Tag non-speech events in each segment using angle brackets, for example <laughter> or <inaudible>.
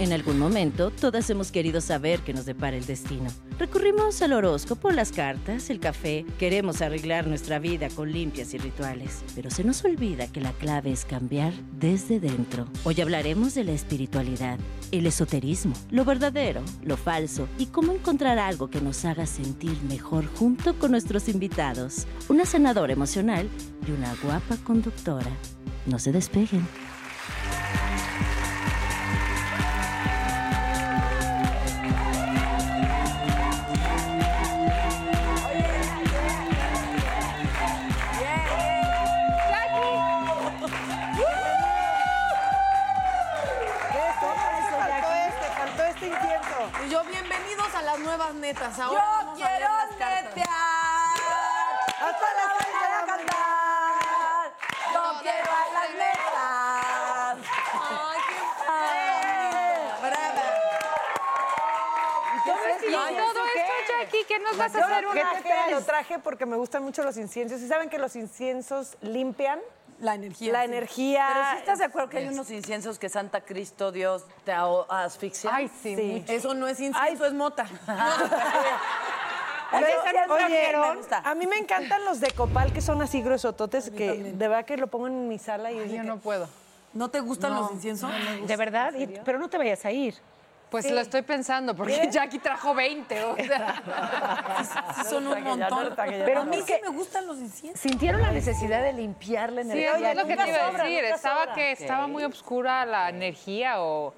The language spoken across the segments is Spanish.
En algún momento, todas hemos querido saber qué nos depara el destino. Recurrimos al horóscopo, las cartas, el café. Queremos arreglar nuestra vida con limpias y rituales. Pero se nos olvida que la clave es cambiar desde dentro. Hoy hablaremos de la espiritualidad, el esoterismo, lo verdadero, lo falso y cómo encontrar algo que nos haga sentir mejor junto con nuestros invitados. Una sanadora emocional y una guapa conductora. No se despeguen. Faltó este, faltó este incierto. Y yo, bienvenidos a las nuevas netas. Ahora Yo vamos a ver quiero las cartas. netear. Hasta las seis de la Para cantar. Yo quiero a las netas. Ay, Ah. qué Brava. ¿Y Ay, todo ¿eso esto, qué? Jackie? ¿Qué nos vas a Yo hacer lo- una fíjate, te lo test? traje porque me gustan mucho los inciensos. ¿Y saben que los inciensos limpian? La energía. La sí. energía. Pero si estás de acuerdo que hay <laughs> unos inciensos que Santa Cristo, Dios, te a- asfixia. Ay, sí, Sí. mucho. Eso no es incienso, eso <laughs> es mota. Pero, Esa no es la oye, que me Aaron, gusta. a mí me encantan los de copal que son así gruesototes que de verdad que lo pongo en mi sala y es de Yo que- no puedo. ¿No te gustan los inciensos? De verdad, y- pero no te vayas a ir. Pues lo estoy pensando, porque ¿Eh? <laughs> Jackie trajo 20. O <laughs> sea. Sí, son un traje ya, no lo montón. traje ya. Pero a No, mí no. sí me gustan los inciensos. Sintieron la necesidad de limpiar la sí, energía. es lo que te iba a Sobra, decir. nunca Estaba sobra. que estaba muy oscura la energía o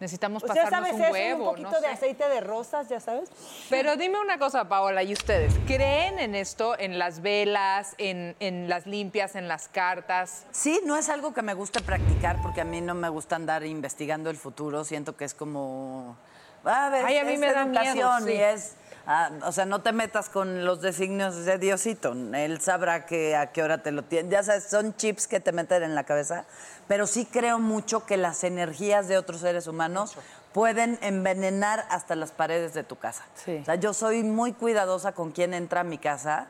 necesitamos O sea, pasarnos ¿sabes un eso? Y un huevo. poquito no de sé. aceite de rosas, ya sabes. Pero dime una cosa, Paola, y ustedes, ¿creen en esto, en las velas, en, en las limpias, en las cartas? Sí, no es algo que me gusta practicar porque a mí no me gusta andar investigando el futuro. Siento que es como. A ver, Ay, a mí es me da miedo, educación sí. y es. ah, o sea, no te metas con los designios de Diosito. Él sabrá que, a qué hora te lo tiene. Ya sabes, son chips que te meten en la cabeza. Pero sí creo mucho que las energías de otros seres humanos pueden envenenar hasta las paredes de tu casa. Sí. O sea, yo soy muy cuidadosa con quién entra a mi casa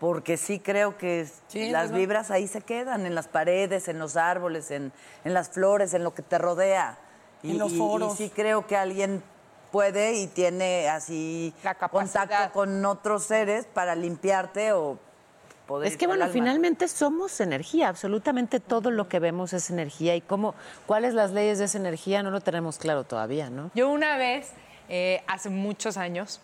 porque sí creo que Sí, las ¿verdad? vibras ahí se quedan, en las paredes, en los árboles, en, en las flores, en lo que te rodea. Y, En los y- y foros. sí creo que alguien puede y tiene así La capacidad. contacto con otros seres para limpiarte o poder... Es irte que al bueno, alma. finalmente somos energía, absolutamente todo lo que vemos es energía y cómo, cuáles las leyes de esa energía no lo tenemos claro todavía, ¿no? Yo una vez, eh, hace muchos años,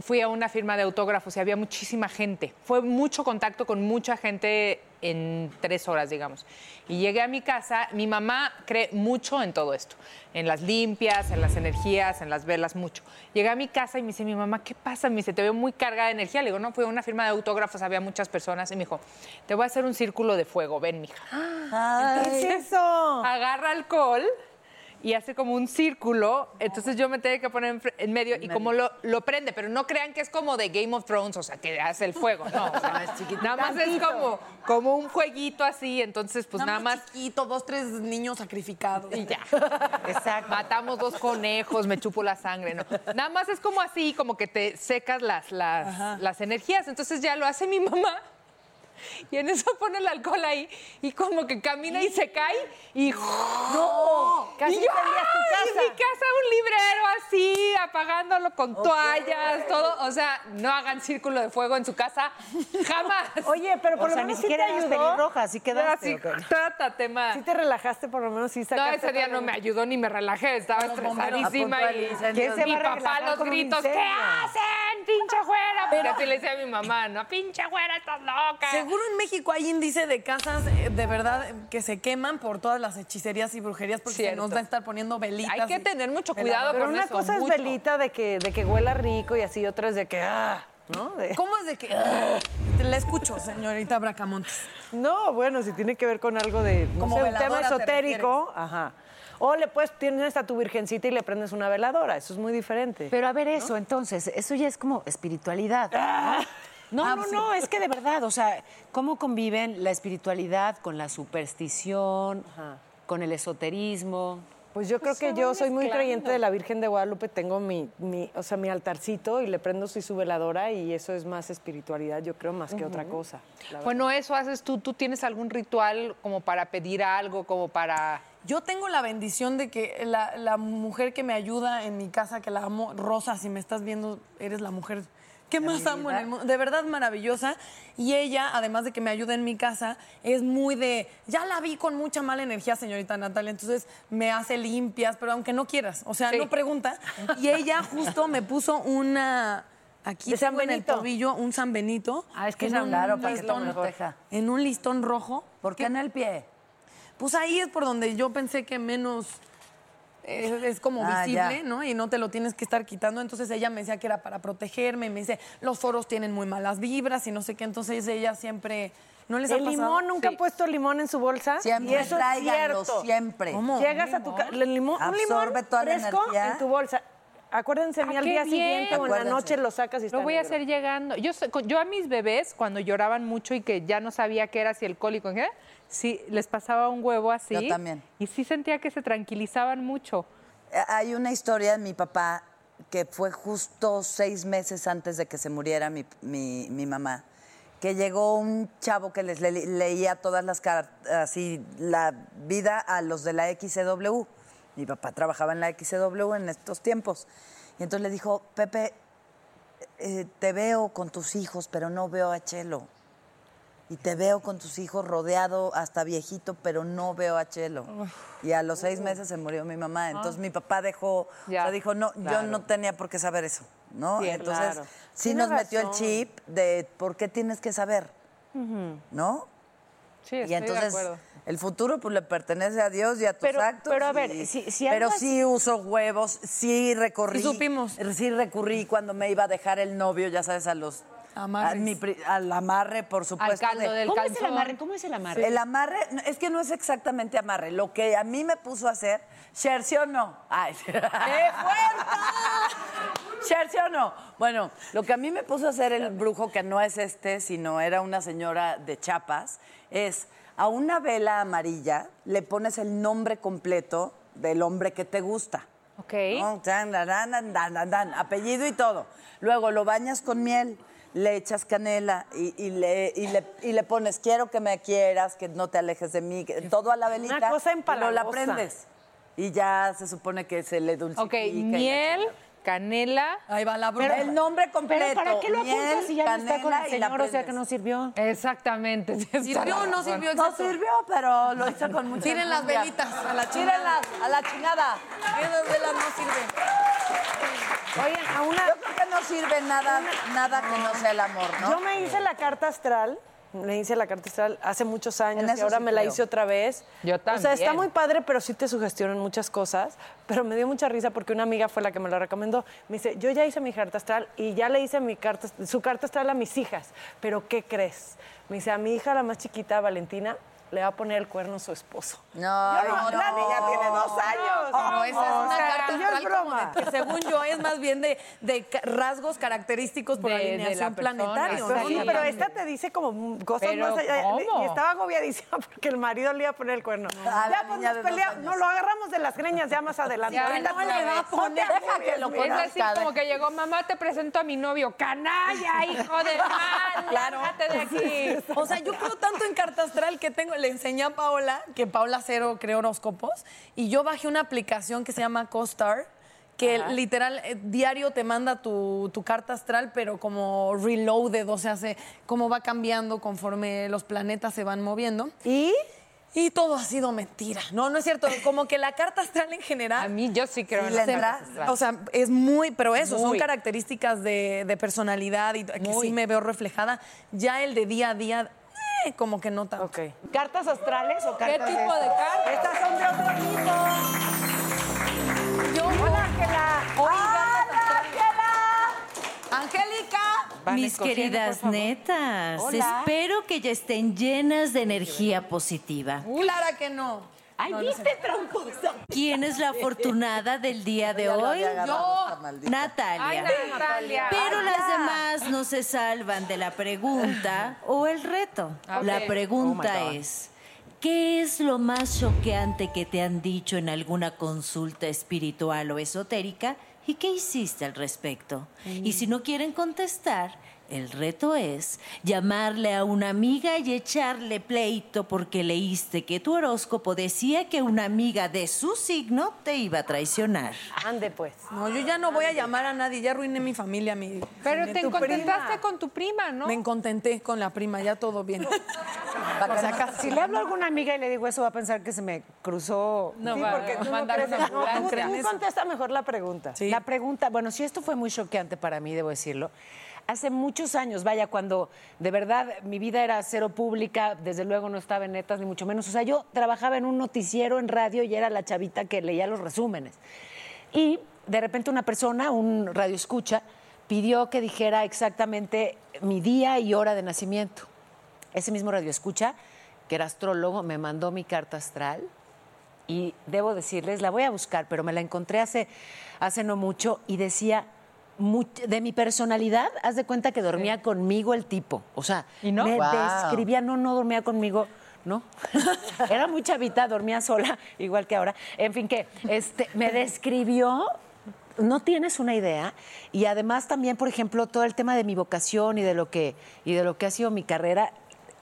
fui a una firma de autógrafos y había muchísima gente. Fue mucho contacto con mucha gente en tres horas, digamos. Y llegué a mi casa, mi mamá cree mucho en todo esto, en las limpias, en las energías, en las velas, mucho. Llegué a mi casa y me dice mi mamá, ¿qué pasa? Me dice, te veo muy cargada de energía. Le digo, no, fui a una firma de autógrafos, había muchas personas. Y me dijo, te voy a hacer un círculo de fuego, ven, mija. ¿Qué es eso? agarra alcohol y hace como un círculo. Entonces yo me tengo que poner en, fre- en medio y como lo, lo prende, pero no crean que es como de Game of Thrones, o sea, que hace el fuego. <laughs> No, o sea, nada más es como, como un jueguito así. Entonces, pues nada más. Chiquito, dos, tres niños sacrificados. Y ya. Exacto. Matamos dos conejos, me chupo la sangre, ¿no? Nada más es como así, como que te secas las, las, las energías. Entonces ya lo hace mi mamá. Y en eso pone el alcohol ahí y como que camina y se cae y ¡No! Casi incendias tu casa. En mi casa un librero así, apagándolo con toallas, todo. O sea, no hagan círculo de fuego en su casa jamás. Oye, pero por O lo sea, ni menos sí te siquiera eras ayudó. pelirroja, así Era quedaste. así, ¿o qué? trátate, ma. Sí te relajaste, por lo menos sí No, sacaste. ese día todo no el- me ayudó ni me relajé, estaba apuntó estresadísima al y incendio. ¿Quién se mi va a papá relajar los con un gritos, ¿qué incendio? hacen, pinche güera? Pero así le decía a mi mamá, no, pinche güera, estás loca. Seguro en México hay índice de casas eh, de verdad eh, que se queman por todas las hechicerías y brujerías porque se nos Cierto. va a estar poniendo velitas. Hay que y- tener mucho veladoras. cuidado Pero con una eso, cosa es mucho. velita de que, de que huela rico y así, otra es de que, ah, ¿no? De- ¿Cómo es de que la escucho, señorita Bracamontes. No, bueno, si tiene que ver con algo de no Como sé, un tema veladora, ¿te esotérico, ajá. O le puedes, tienes a tu virgencita y le prendes una veladora. Eso es muy diferente. <laughs> Pero a ver eso, entonces, eso ya es como espiritualidad. Ah. No, no, pues no, es que de verdad, o sea, ¿cómo conviven la espiritualidad con la superstición, con el esoterismo? Pues yo creo que yo soy muy creyente de la Virgen de Guadalupe, tengo mi, mi, o sea, mi altarcito y le prendo su- su veladora y eso es más espiritualidad, yo creo, más que otra cosa. la verdad. Bueno, eso haces tú. ¿Tú tienes algún ritual como para pedir algo, como para... Yo tengo la bendición de que la, la mujer que me ayuda en mi casa, que la amo, Rosa, si me estás viendo, eres la mujer que más amo en el mundo. De verdad maravillosa. Y ella, además de que me ayuda en mi casa, es muy de. Ya la vi con mucha mala energía, señorita Natalia, entonces me hace limpias, pero aunque no quieras. O sea, Sí. no pregunta. Y ella justo me puso una. Aquí De San tengo en el Benito. tobillo un San Benito. Ah, es que en es un claro, para que te listón- proteja. En un listón rojo. ¿Por qué en el pie? Pues ahí es por donde yo pensé que menos eh, es, como Ah, ya. visible, ¿no? Y no te lo tienes que estar quitando. Entonces ella me decía que era para protegerme, me dice, los foros tienen muy malas vibras y no sé qué. Entonces ella siempre. ¿No les ha ¿El pasado? limón nunca ha puesto limón en su bolsa? y Siempre, eso es tráiganlo, cierto. siempre. ¿Cómo? Llegas a tu casa, el limón, un limón Absorbe toda la fresco energía. en tu bolsa. Acuérdense, mi Ah, al qué día bien. siguiente o en la Acuérdense. noche lo sacas y está Lo voy a negro. hacer llegando. Yo, sé- con- yo a mis bebés, cuando lloraban mucho y que ya no sabía qué era, si el cólico, ¿eh? sí, les pasaba un huevo así. Yo también. Y sí sentía que se tranquilizaban mucho. Eh, Hay una historia de mi papá que fue justo seis meses antes de que se muriera mi, mi- mi mamá, que llegó un chavo que les le- leía todas las cartas, así la vida a los de la XCW. Mi papá trabajaba en la XCW en estos tiempos. Y entonces le dijo, Pepe, eh, te veo con tus hijos, pero no veo a Chelo. Y te veo con tus hijos rodeado hasta viejito, pero no veo a Chelo. Y a los seis meses se murió mi mamá. Entonces mi papá dejó, Ah. Ya, o sea, dijo, no, claro. yo no tenía por qué saber eso, ¿no? Sí, Entonces claro. sí Tiene nos metió el razón. chip de por qué tienes que saber, ¿no? Sí, y estoy entonces de acuerdo. el futuro pues le pertenece a Dios y a tus Pero- actos. pero a ver, y- si- si pero algo así- sí uso huevos, sí recorrí. Sí supimos. Sí recurrí cuando me iba a dejar el novio, ya sabes, a los Amarres. a mi pri- al amarre, por supuesto. Al caldo de- del ¿Cómo es el calzón. amarre? ¿Cómo es el amarre? el amarre, no, es que no es exactamente amarre. Lo que a mí me puso a hacer, ¿Shercio o no? ¡Ay! ¡Qué fuerte! ¿Shercio o no? Bueno, lo que a mí me puso a hacer el brujo, que no es este, sino era una señora de Chiapas, es a una vela amarilla le pones el nombre completo del hombre que te gusta. Ok. ¿no? pues, Tan, dan, dan, dan, dan, dan, dan, apellido y todo. Luego lo bañas con miel, le echas canela y, y le, y, le, y le pones quiero que me quieras, que no te alejes de mí, que- todo a la velita. Una cosa y luego la empalagosa. prendes. Y ya se supone que se le dulcifica. ok, y la miel, chingada. canela. Ahí va la Pero broma. el nombre completo. Pero ¿para qué lo miel, apuntas si ya no está con canela el y la señor? O sea, que prendes. no sirvió. Exactamente. <laughs> ¿Sirvió o no sirvió? No Exacto. sirvió, pero lo hizo con mucha Tiren las enjundia. velitas, a la chingada. Tírenlas, a la chingada. Esas velas no sirven. Oigan, a una, Yo creo que no sirve nada, nada que no sea el amor, ¿no? Yo me hice la carta astral, me hice la carta astral hace muchos años En y eso ahora sí me la creo. hice otra vez. Yo O sea, está también. muy padre, pero sí te sugestionan muchas cosas. Pero me dio mucha risa porque una amiga fue la que me la recomendó. Me dice, yo ya hice mi carta astral y ya le hice mi carta, su carta astral a mis hijas. Pero ¿qué crees? Me dice, a mi hija, la más chiquita, Valentina, le va a poner el cuerno a su esposo. No, no, Oh, La niña tiene dos años. No, Pues, esa es O una sea, carta yo es astral como broma. de- que según yo es más bien de, de ca- rasgos característicos por De- de la alineación persona, planetaria. exacto. ¿no? Pues sí, Oye, pero también. esta te dice como m- cosas Pero, más allá. ¿cómo? Y estaba agobiadísima <laughs> porque el marido le iba a poner el cuerno. A la Ya, pues niña de nos dos peleamos. años. No, lo agarramos de las greñas ya más adelante. Ya, Ahorita no tú le ves. va a No te poner, deja que lo agobies, Es mira. así como que llegó, mamá, te presento a mi novio. <laughs> ¡Canalla, hijo de mal! ¡Lárgate de aquí! <laughs> O sea, yo creo tanto en carta astral que tengo. Le enseñé a Paola, que Paola Cero creó horóscopos, y yo bajé una aplicación que se llama CoStar, que literal eh, diario te manda tu, tu carta astral, pero como reloaded, o sea, se, cómo va cambiando conforme los planetas se van moviendo. ¿Y? Y todo ha sido mentira. No, no es cierto. Como que la carta astral en general. A mí yo sí creo Sí, en le las entra. cartas astrales. O sea, es muy, pero eso, son Muy. características de, de personalidad y que sí me veo reflejada. Ya el de día a día, eh, como que no tanto. Ok. ¿Cartas astrales o cartas tipo de estas? cartas? Estas son de otro tipo. Yo, Hola, Ángela. Oiga, Angélica, mi Mis escogiendo, por queridas favor. netas, Hola. espero que ya estén llenas de energía positiva. Clara que no. ¡Ay, viste, tramposa! ¿Quién es la afortunada del día de Ya lo hoy? había agarrado, esta maldita. Natalia. Ay, Natalia. Pero Ay, las ya. demás no se salvan de la pregunta o el reto. Ok. La pregunta es, ¿qué es lo más choqueante que te han dicho en alguna consulta espiritual o esotérica y qué hiciste al respecto? Mm. Y si no quieren contestar, el reto es llamarle a una amiga y echarle pleito porque leíste que tu horóscopo decía que una amiga de su signo te iba a traicionar. Ande pues. No, yo ya no voy a llamar a nadie, ya arruiné mi familia, mi. Pero mi- te tu contentaste prima. con tu prima, ¿no? Me contenté con la prima, ya <laughs> todo bien. O sea, ca- si le hablo a alguna amiga y le digo eso, va a pensar que se me cruzó. No, sí, va porque tú a no mandar crees- una no, tú- ambulancia. tú contesta mejor la pregunta. La pregunta, bueno, si esto fue muy choqueante para mí, debo decirlo. Hace muchos años, vaya, cuando de verdad mi vida era cero pública, desde luego no estaba en netas, ni mucho menos. O sea, yo trabajaba en un noticiero en radio y era la chavita que leía los resúmenes. Y de repente una persona, un radio escucha, pidió que dijera exactamente mi día y hora de nacimiento. Ese mismo radio escucha, que era astrólogo, me mandó mi carta astral y debo decirles, la voy a buscar, pero me la encontré hace, hace no mucho y decía, much- de mi personalidad, haz de cuenta que dormía conmigo el tipo. O sea, ¿Y no? me Wow. describía, no, no dormía conmigo. No, <laughs> era muy chavita, dormía sola, <laughs> igual que ahora. En fin, que este, me describió, no tienes una idea, y además también, por ejemplo, todo el tema de mi vocación y de lo que, y de lo que ha sido mi carrera,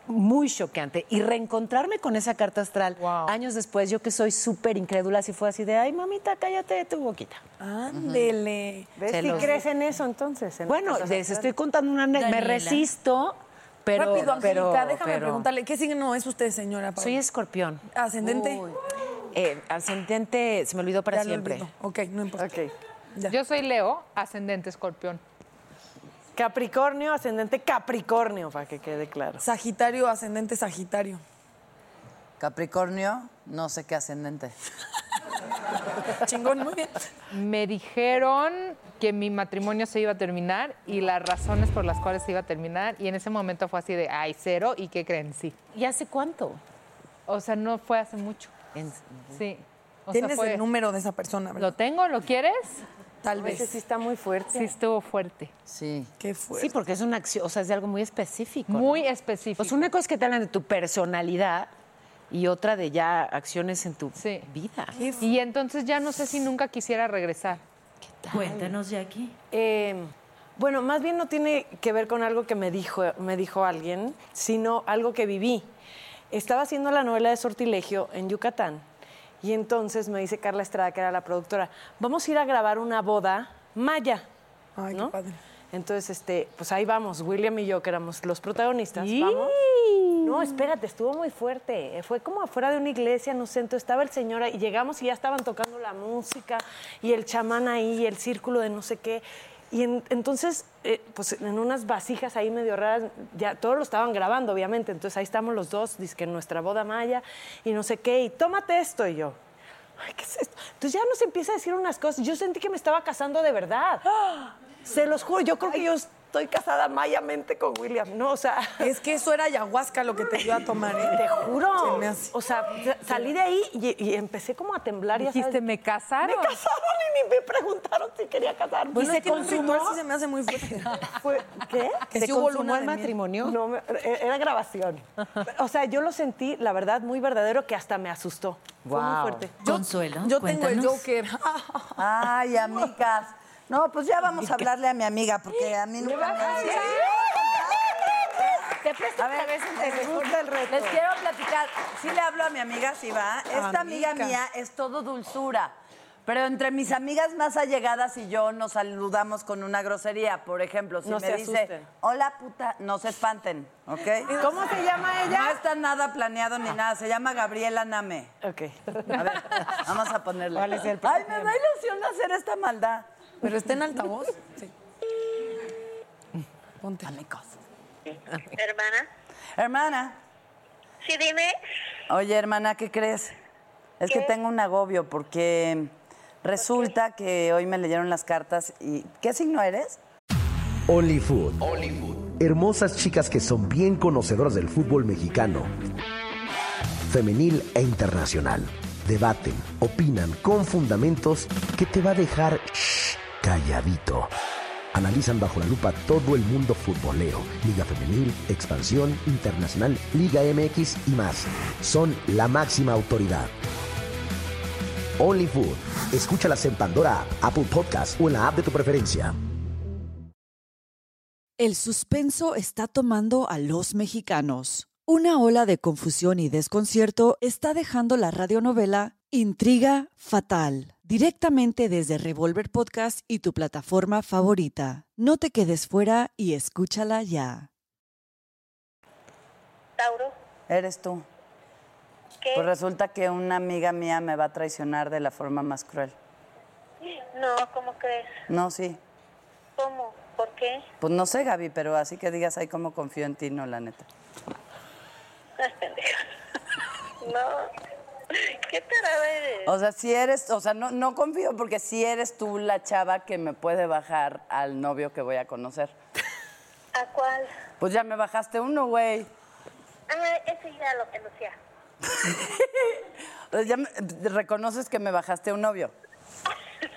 muy choqueante. Y reencontrarme con esa carta astral Wow. años después, yo que soy súper incrédula, si fue así de, ay, mamita, cállate tu boquita. Ándele. ¿Ves? Se Si los- crees en eso entonces. en Bueno, las cosas les astrales. estoy contando una anécdota, me Daniela. resisto, pero... Rápido, Angelita, pero, déjame pero- preguntarle, ¿qué signo es usted, señora? Paola? Soy escorpión. ascendente. Eh, ascendente, se me olvidó para Ya lo siempre. olvidó. Ok, no importa. Ok. Ya. Yo soy Leo, ascendente escorpión. Capricornio, ascendente Capricornio, para que quede claro. Sagitario, ascendente Sagitario. Capricornio, no sé qué ascendente. Chingón, muy bien. Me dijeron que mi matrimonio se iba a terminar y las razones por las cuales se iba a terminar. Y en ese momento fue así de, ay, cero, ¿y qué creen? Sí. ¿Y hace cuánto? O sea, no fue hace mucho. En- Sí. O sea, Tienes fue- el número de esa persona, ¿Lo ¿verdad? tengo? ¿Lo quieres? Tal Ese vez. sí está muy fuerte. Sí, estuvo fuerte. Sí. Qué fuerte. Sí, porque es una acción, o sea, es de algo muy específico. ¿no? Muy específico. Pues una cosa es que te hablan de tu personalidad y otra de ya acciones en tu Sí. vida. Y entonces ya no sé si nunca quisiera regresar. Cuéntanos, Jackie. Eh, bueno, más bien no tiene que ver con algo que me dijo, me dijo alguien, sino algo que viví. Estaba haciendo la novela de Sortilegio en Yucatán y entonces me dice Carla Estrada, que era la productora, vamos a ir a grabar una boda maya. Ay, qué ¿no? padre. Entonces, este, pues ahí vamos, William y yo, que éramos los protagonistas, vamos. No, espérate, estuvo muy fuerte. Eh, Fue como afuera de una iglesia, no sé, entonces estaba el señor ahí, y llegamos y ya estaban tocando la música y el chamán ahí, y el círculo de no sé qué. Y en- entonces, eh, pues en unas vasijas ahí medio raras, ya todos lo estaban grabando, obviamente. Entonces ahí estamos los dos, que en nuestra boda maya y no sé qué, y tómate esto y yo. Ay, ¿qué es esto? Entonces ya nos empieza a decir unas cosas. Yo sentí que me estaba casando de verdad. Se los juro, yo creo que yo estoy casada mayamente con William. No, o sea, Es que eso era ayahuasca lo que te iba a tomar, ¿eh? <laughs> te Se juro. me hace. O sea, sa- salí de ahí y, y empecé como a temblar. Ya Dijiste, sabes. me casaron. Me casaron y ni me preguntaron si quería casarme. Bueno, es que un consumó? ritual sí se me hace muy fuerte. <laughs> Fue- ¿Qué? Que ¿Se sí hubo consumó luna el de miel. matrimonio? No, me- e, era grabación. O sea, yo lo sentí, la verdad, muy verdadero que hasta me asustó. Fue muy Guau. fuerte. Consuelo, Yo tengo el cuéntanos. Joker. <laughs> Ay, amigas. No, pues ya vamos a hablarle a mi amiga, porque a mí nunca me han dicho. Te presto A ver, les gusta el reto. Les quiero platicar. Sí le hablo a mi amiga, sí va. Esta amiga, Amiga. mía es todo dulzura. Pero entre mis amigas más allegadas y yo nos saludamos con una grosería. Por ejemplo, si No me se dice, asusten. hola puta, no se espanten, ¿ok? ¿Cómo se llama ella? No está nada planeado ni nada. Se llama Gabriela Name. Ok. A ver, vamos a ponerle. ¿Cuál es el Ay, me problema? da ilusión hacer esta maldad. Pero está en altavoz. Sí. Ponte. Amigos. Hermana, Hermana. sí, dime. Oye, hermana, ¿qué crees? Es que tengo un agobio porque resulta que hoy me leyeron las cartas y ¿qué signo eres? Only Food. Hermosas chicas que son bien conocedoras del fútbol mexicano. Femenil e internacional. Debaten, opinan con fundamentos que te va a dejar shh, calladito. Analizan bajo la lupa todo el mundo futbolero, Liga Femenil, Expansión, Internacional, Liga MX y más. Son la máxima autoridad. Only Food. Escúchalas en Pandora, app, Apple Podcast o en la app de tu preferencia. El suspenso está tomando a los mexicanos. Una ola de confusión y desconcierto está dejando la radionovela Intriga Fatal, directamente desde Revolver Podcast y tu plataforma favorita. No te quedes fuera y escúchala ya. Tauro, Eres tú. ¿qué? Pues resulta que una amiga mía me va a traicionar de la forma más cruel. No, ¿cómo crees? No, sí. ¿Cómo? ¿Por qué? Pues no sé, Gaby, pero así que digas, ay, cómo confío en ti, no, la neta. Ay, pendeja. No. ¿Qué tarada eres? O sea, si eres, o sea, no, no confío porque si eres tú la chava que me puede bajar al novio que voy a conocer. <laughs> ¿A cuál? Pues ya me bajaste uno, güey. Ah, ese ya lo <laughs> conocía. O sea, Pues ya me- reconoces que me bajaste un novio. <laughs>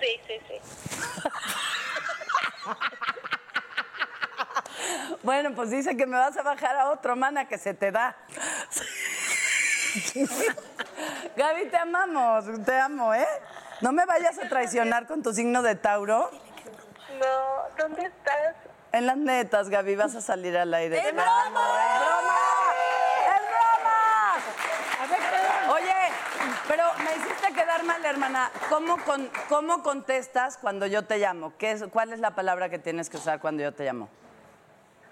Sí, sí, sí. <laughs> Bueno, pues dice que me vas a bajar a otro, mana, que se te da. <laughs> Gaby, te amamos, te amo, ¿eh? No me vayas a traicionar con tu signo de Tauro. No, ¿dónde estás? En las netas, Gaby, vas a salir al aire. ¿eh? ¡Es broma! ¡Es broma! ¡Es broma! Oye, pero me hiciste quedar mal, hermana. ¿Cómo, con- cómo contestas cuando yo te llamo? ¿Qué es- ¿Cuál es la palabra que tienes que usar cuando yo te llamo?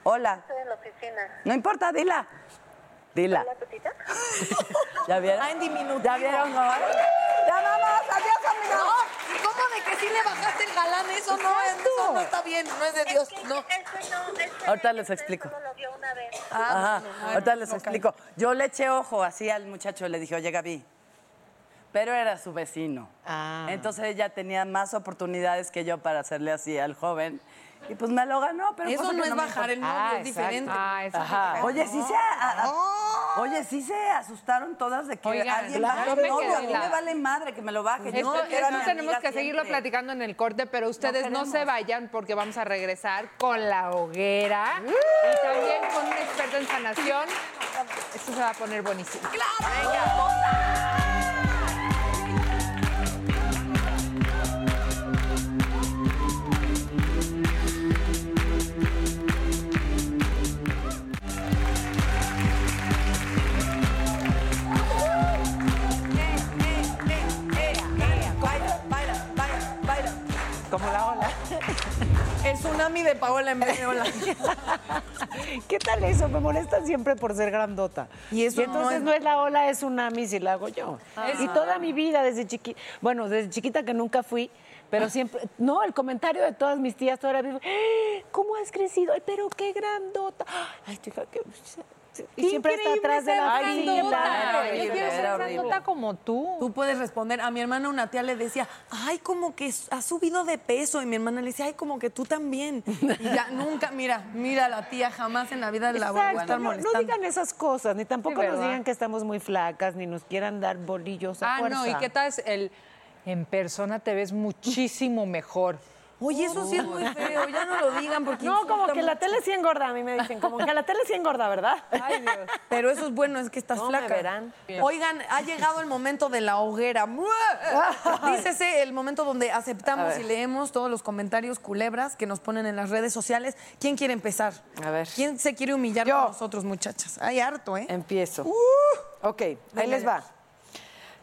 Hola. Estoy en la oficina. No importa, dila. Dila. ¿La tutita? ¿Ya Ah, vieron? ¿Ya vieron cómo es? ¡Ya vamos! ¡Adiós, amigos! ¿Cómo de que sí le bajaste el galán? Eso no, es, eso no está bien, no es de Dios, Es que no. ese no, ese- Ahorita les ese explico. Ah, Solo lo vio una vez. Ah, Ajá, ahorita les explico. Yo le eché ojo así al muchacho, le dije, oye, Gaby, pero era su vecino. Ah. Entonces ella tenía más oportunidades que yo para hacerle así al joven. Y pues me lo ganó, pero... Eso cosa no que es me bajar el importa. novio, es diferente. Oh. Ah, eso Ajá. Oye, sí se... a- a- Oye, sí se asustaron todas de que Oigan, alguien claro, baje yo el me novio. quedé A mí la- me vale madre que me lo baje. Esto, yo quiero a esto mi tenemos amiga que seguirlo siempre. platicando en el corte, pero ustedes no, queremos. se vayan porque vamos a regresar con la hoguera y también con un experto en sanación. Esto se va a poner buenísimo. Baila, baila, baila, baila. El tsunami de Paola en vez de Ola. <laughs> ¿Qué tal eso? Me molesta siempre por ser grandota. Y eso no entonces es- no es la ola, es tsunami si la hago yo. Y toda mi vida, desde chiquita, bueno, desde chiquita que nunca fui, pero siempre, no, el comentario de todas mis tías todavía vivo, "¡Ah! ¿cómo has crecido? Ay, pero qué grandota. ¡Ah! Ay, chica, qué... Y siempre está atrás de la fila. Yo quiero ser grandota como tú. Tú puedes responder. A mi hermana una tía le decía, ay, como que s- has subido de peso. Y mi hermana le decía, ay, como que tú también. Y ya nunca, mira, mira, la tía jamás en la vida la voy a Exacto, estar no, molestando. no digan esas cosas, ni tampoco nos ¿verdad? digan que estamos muy flacas, ni nos quieran dar bolillos a ah, fuerza. no, ¿y qué tal es el en persona te ves muchísimo mejor? Oye, eso sí es muy feo, ya no lo digan porque... No, como insulta que la mucho. tele sí engorda, a mí me dicen, como que la tele sí engorda, <laughs> ¿verdad? Pero eso es bueno, es que estás No me flaca. verán. Oigan, ha llegado el momento de la hoguera. Dícese el momento donde aceptamos y leemos todos los comentarios culebras que nos ponen en las redes sociales. ¿Quién quiere empezar? A ver. ¿Quién se quiere humillar Yo. con nosotros, muchachas? Hay harto, Em- ¿eh? Empiezo. ok, ahí Venga, les ya. va.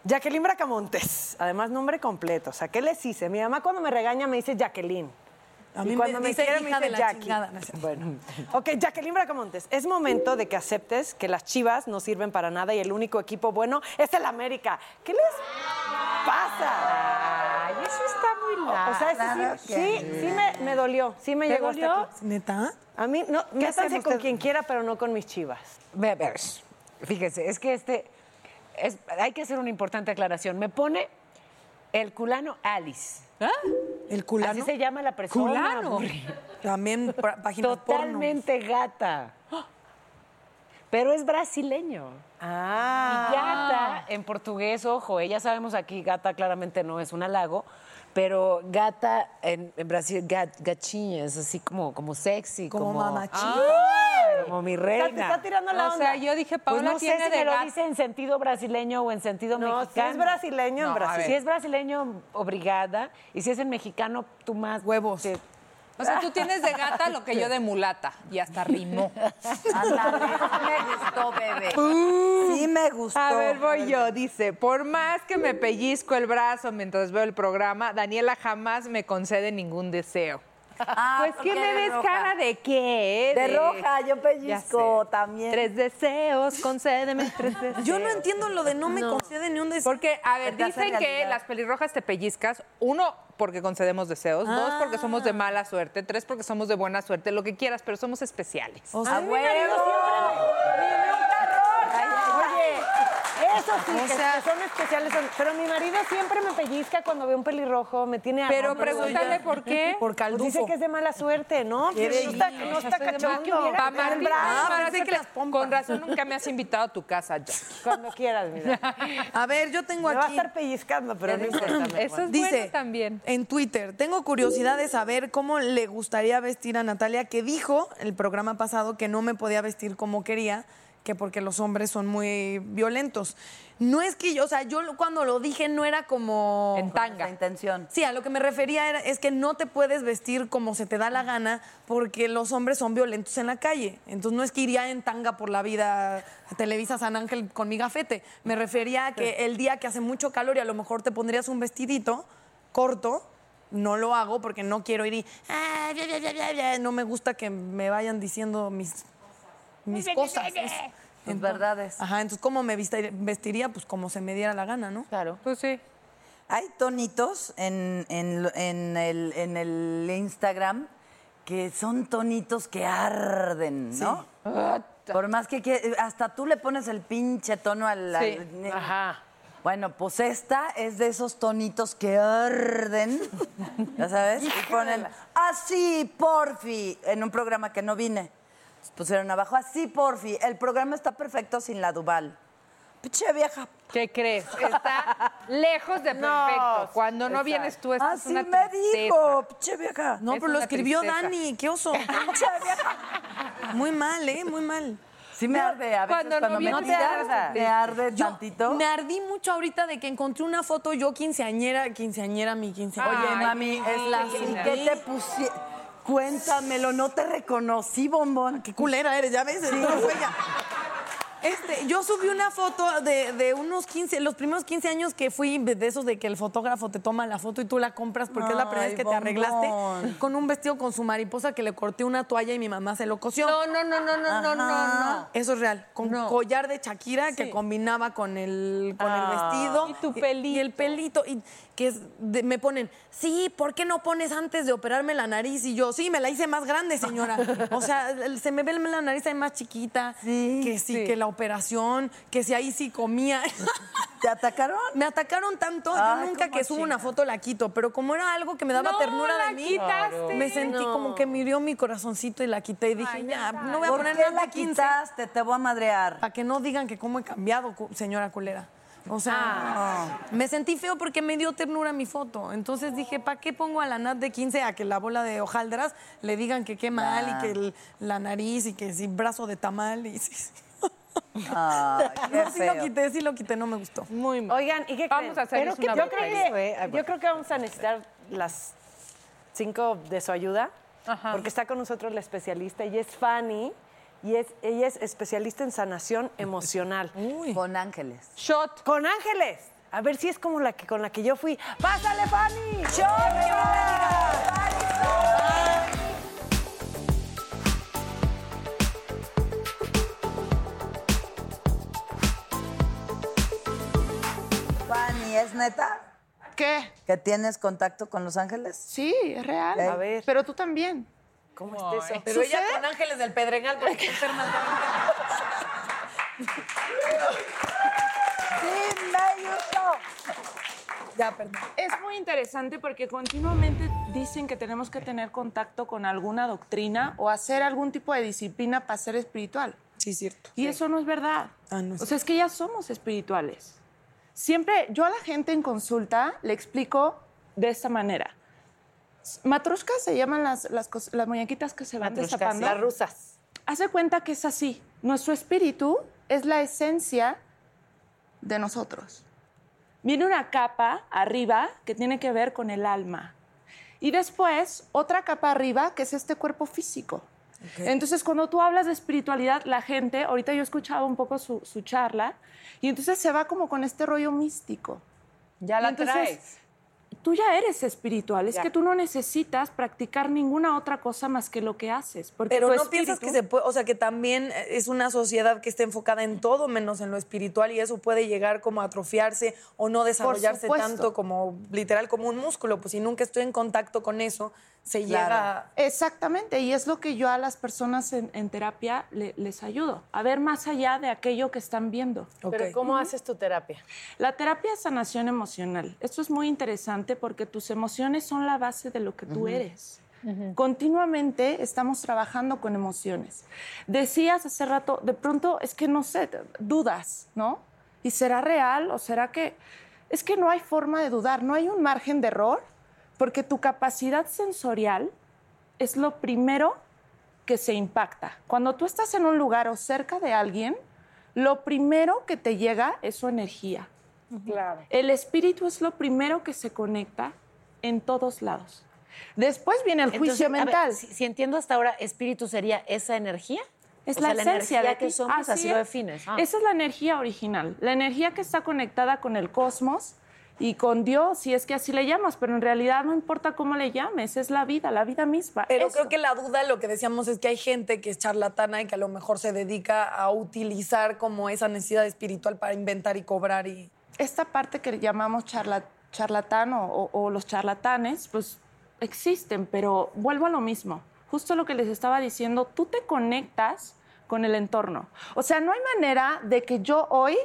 Jacqueline Bracamontes, además nombre completo, o sea, ¿qué les hice? Mi mamá cuando me regaña me dice Jacqueline. A y mí cuando me me dice quiere me hija de dice la Jackie. chingada, no es cierto. Bueno. Ok, Jacqueline Bracamontes, es momento de que aceptes que las chivas no sirven para nada y el único equipo bueno es el América. ¿Qué les pasa? Ay, eso está muy mal. O sea, eso sí, sí, sí me, me dolió, sí me llegó hasta aquí. ¿Neta? A mí, no, métanse hacen con ustedes? quien quiera, pero no con mis chivas. Ve, ve, sh- fíjese, es que este, es- hay que hacer una importante aclaración. Me pone El culano Alice. ¿El culano? Así se llama la persona. Culano. aburrido. También pra- páginas porno. <laughs> Totalmente gata. Pero es brasileño. Ah. Y gata, en portugués, ojo, eh, ya sabemos aquí, gata claramente no es un halago, pero gata en, en Brasil, gat, gatinha, es así como, como sexy. Como Como, mamachita. Ay, Como mi reina. te está tirando la O onda. sea, yo dije, pues Paula no sé tiene si de me lo gat- dice en sentido brasileño o en sentido No, mexicano. si es brasileño, en No, a Brasil. ver. Si es brasileño, obrigada. Y si es en mexicano, tú más. Huevos. te- O sea, tú tienes de gata lo que yo de mulata. Y <laughs> hasta rimó. <laughs> Ándale, sí me gustó, bebé. Pues, Sí me gustó. A ver, voy yo. Dice, por más que me pellizco el brazo mientras veo el programa, Daniela jamás me concede ningún deseo. Ah, pues, ¿qué porque me de ves roja. cara de qué? De roja, yo Ya sé. pellizco también. Tres deseos, concédeme tres deseos. Yo no entiendo lo de no me concede ni un deseo. Porque, a ver, Se te hace dicen que realidad. las pelirrojas te pellizcas, uno, porque concedemos deseos, dos, porque somos de mala suerte, tres, porque somos de buena suerte, lo que quieras, pero somos especiales. Oh, O sea, ¡A huevo! Oye, eso sí, O que sea- son especiales. son- Pero mi marido siempre me pellizca cuando ve un pelirrojo, me tiene a- Pero no, no, no, pregúntale ya. por <laughs> qué. Por Pues caldufo. dice que es de mala suerte, ¿no? Pues no está, no está cachondo. Pa' El Martín, brazo, ah, Martín, pues dice que que la- con razón nunca me has invitado a tu casa, Jack. <laughs> Cuando quieras, mira. A ver, yo tengo Me va a aquí. estar pellizcando, pero no importa. me Eso es Dice bueno también. en Twitter, tengo curiosidad de saber cómo le gustaría vestir a Natalia, que dijo el programa pasado que no me podía vestir como quería, que porque los hombres son muy violentos. No es que yo, o sea, yo lo- cuando lo dije no era como... En tanga. La intención. Sí, a lo que me refería era, es que no te puedes vestir como se te da la gana porque los hombres son violentos en la calle. Entonces no es que iría en tanga por la vida a Televisa San Ángel con mi gafete. Me refería a que el día que hace mucho calor y a lo mejor te pondrías un vestidito corto, no lo hago porque no quiero ir y... "Ah, ya, ya, ya, ya, ya". No me gusta que me vayan diciendo mis, mis cosas. Es- Tus verdades. Ajá, entonces ¿cómo me vesti- vestiría? Pues como se me diera la gana, ¿no? Claro. Pues sí. Hay tonitos en, en lo- en el, en el Instagram que son tonitos que arden, ¿no? Por más que quie- hasta tú le pones el pinche tono al... Sí, al- Bueno, pues esta es de esos tonitos que arden, ¿ya sabes? Y ponen, así, porfi, en un programa que no vine. Pusieron abajo, así, porfi, el programa está perfecto sin la Duval. Pinche vieja ¿Qué crees? Está lejos de perfecto. Cuando no vienes tú, Ah, estás Así una Ah, me tristeza. dijo, pinche vieja. No, Es pero lo una escribió tristeza. Dani, <laughs> qué oso. Muy mal, ¿eh? Muy mal. Sí me arde, a veces Cuando no cuando, me vienes, tiras, te arde. me arde Yo tantito. me ardí mucho ahorita de que encontré una foto yo quinceañera, quinceañera, mi quinceañera. Oye, Ay, mami, mi es la... ¿y vida. qué te pusieron? Cuéntamelo, no te reconocí, bombón. Ah, qué culera eres, ya ves, no fue ella. Este, yo subí una foto de, de unos 15, los primeros 15 años que fui, de esos de que el fotógrafo te toma la foto y tú la compras porque es la primera Ay, vez que bombón. te arreglaste, con un vestido con su mariposa que le corté una toalla y mi mamá se lo cosió. No, no, no, no, no, no, no, no. Eso es real. Con collar de Shakira que combinaba con el, con el vestido. Y tu Y, el pelito. Y que es de- me ponen, sí, ¿por qué no pones antes de operarme la nariz? Y yo, sí, me la hice más grande, señora. o sea, el- se me ve la nariz ahí más chiquita. que sí, que la operación, que si ahí sí comía. ¿Te atacaron? me atacaron tanto, Ay, yo nunca cómo que subo una chingas. foto la quito, pero como era algo que me daba No, ternura la de mí, quitaste. me sentí como que me hirió mi corazoncito y la quité y dije, ya, no voy a ¿Por poner qué nada la de 15 quitaste? Te voy a <laughs> madrear. para que no digan que cómo he cambiado, cu- señora culera. O sea, me sentí feo porque me dio ternura mi foto. Entonces dije, ¿para qué pongo a la Nat de 15 a que la bola de hojaldras le digan que qué mal y que el- la nariz y que sí, brazo de tamal? Y <laughs> sí, sí. Ay, qué No, sí lo feo. quité, sí lo quité, no me gustó. Muy mal. Oigan, ¿y qué Vamos creen? a hacer Pero una que- yo, broma. creo que, yo creo que vamos a necesitar las cinco de su ayuda, Ajá. porque está con nosotros la especialista, ella es Fanny, y es, ella es especialista <laughs> en sanación emocional. Con ángeles. Shot. Con Ángeles, a ver si es como la que con la que yo fui. ¡Pásale, Fanny! Fanny, ¿es neta ¿Qué? que tienes contacto con los ángeles? Sí, es real. A ver. Pero tú también. ¿Cómo está eso? Pero ella con Ángeles del Pedregal, porque enferma. Sí, me gustó. Es muy interesante porque continuamente dicen que tenemos que tener contacto con alguna doctrina o hacer algún tipo de disciplina para ser espiritual. Sí, cierto. Y eso no es verdad. o sea, es que ya somos espirituales. Siempre yo a la gente en consulta le explico de esta manera. Matruscas se llaman las, las, cos- las muñequitas que se van Matruscas, destapando. sí. Las rusas. Hace cuenta que es así. Nuestro espíritu es la esencia de nosotros. Viene una capa arriba que tiene que ver con el alma. Y después otra capa arriba que es este cuerpo físico. Entonces, cuando tú hablas de espiritualidad, la gente, ahorita yo escuchaba un poco su, su charla, y entonces se va como con este rollo místico. Ya la entonces, traes. Tú ya eres espiritual, es Ya. que tú no necesitas practicar ninguna otra cosa más que lo que haces. Porque Pero tu no piensas que espíritu- se puede, o sea, que también eh, es una sociedad que está enfocada en todo menos en lo espiritual y eso puede llegar como a atrofiarse o no desarrollarse supuesto. tanto como literal como un músculo, pues si nunca estoy en contacto con eso, se llega Ah. a- Exactamente, y es lo que yo a las personas en, en terapia le- les ayudo, a ver más allá de aquello que están viendo. Pero ¿cómo Ujú. haces tu terapia? La terapia es sanación emocional. Esto es muy interesante porque tus emociones son la base de lo que tú Ujú. eres. Continuamente estamos trabajando con emociones. Decías hace rato, de pronto es que no sé, te- dudas, ¿no? ¿Y será real o será que... Es que no hay forma de dudar, no hay un margen de error, porque tu capacidad sensorial es lo primero que se impacta. Cuando tú estás en un lugar o cerca de alguien, lo primero que te llega es su energía. Claro. El espíritu es lo primero que se conecta en todos lados. Después viene el Entonces, juicio a ver, mental. si, si entiendo hasta ahora, espíritu sería esa energía. Es O la sea, esencia energía de que ti. somos, así, lo es. defines. Ah. Esa es la energía original, la energía que está conectada con el cosmos y con Dios, si es que así le llamas, pero en realidad no importa cómo le llames, es la vida, la vida misma. Pero Eso. creo que la duda, lo que decíamos, es que hay gente que es charlatana y que a lo mejor se dedica a utilizar como esa necesidad espiritual para inventar y cobrar y... esta parte que llamamos charla- charlatán o, o- o los charlatanes, pues existen, pero vuelvo a lo mismo. Justo lo que les estaba diciendo, tú te conectas con el entorno. O sea, no hay manera de que yo hoy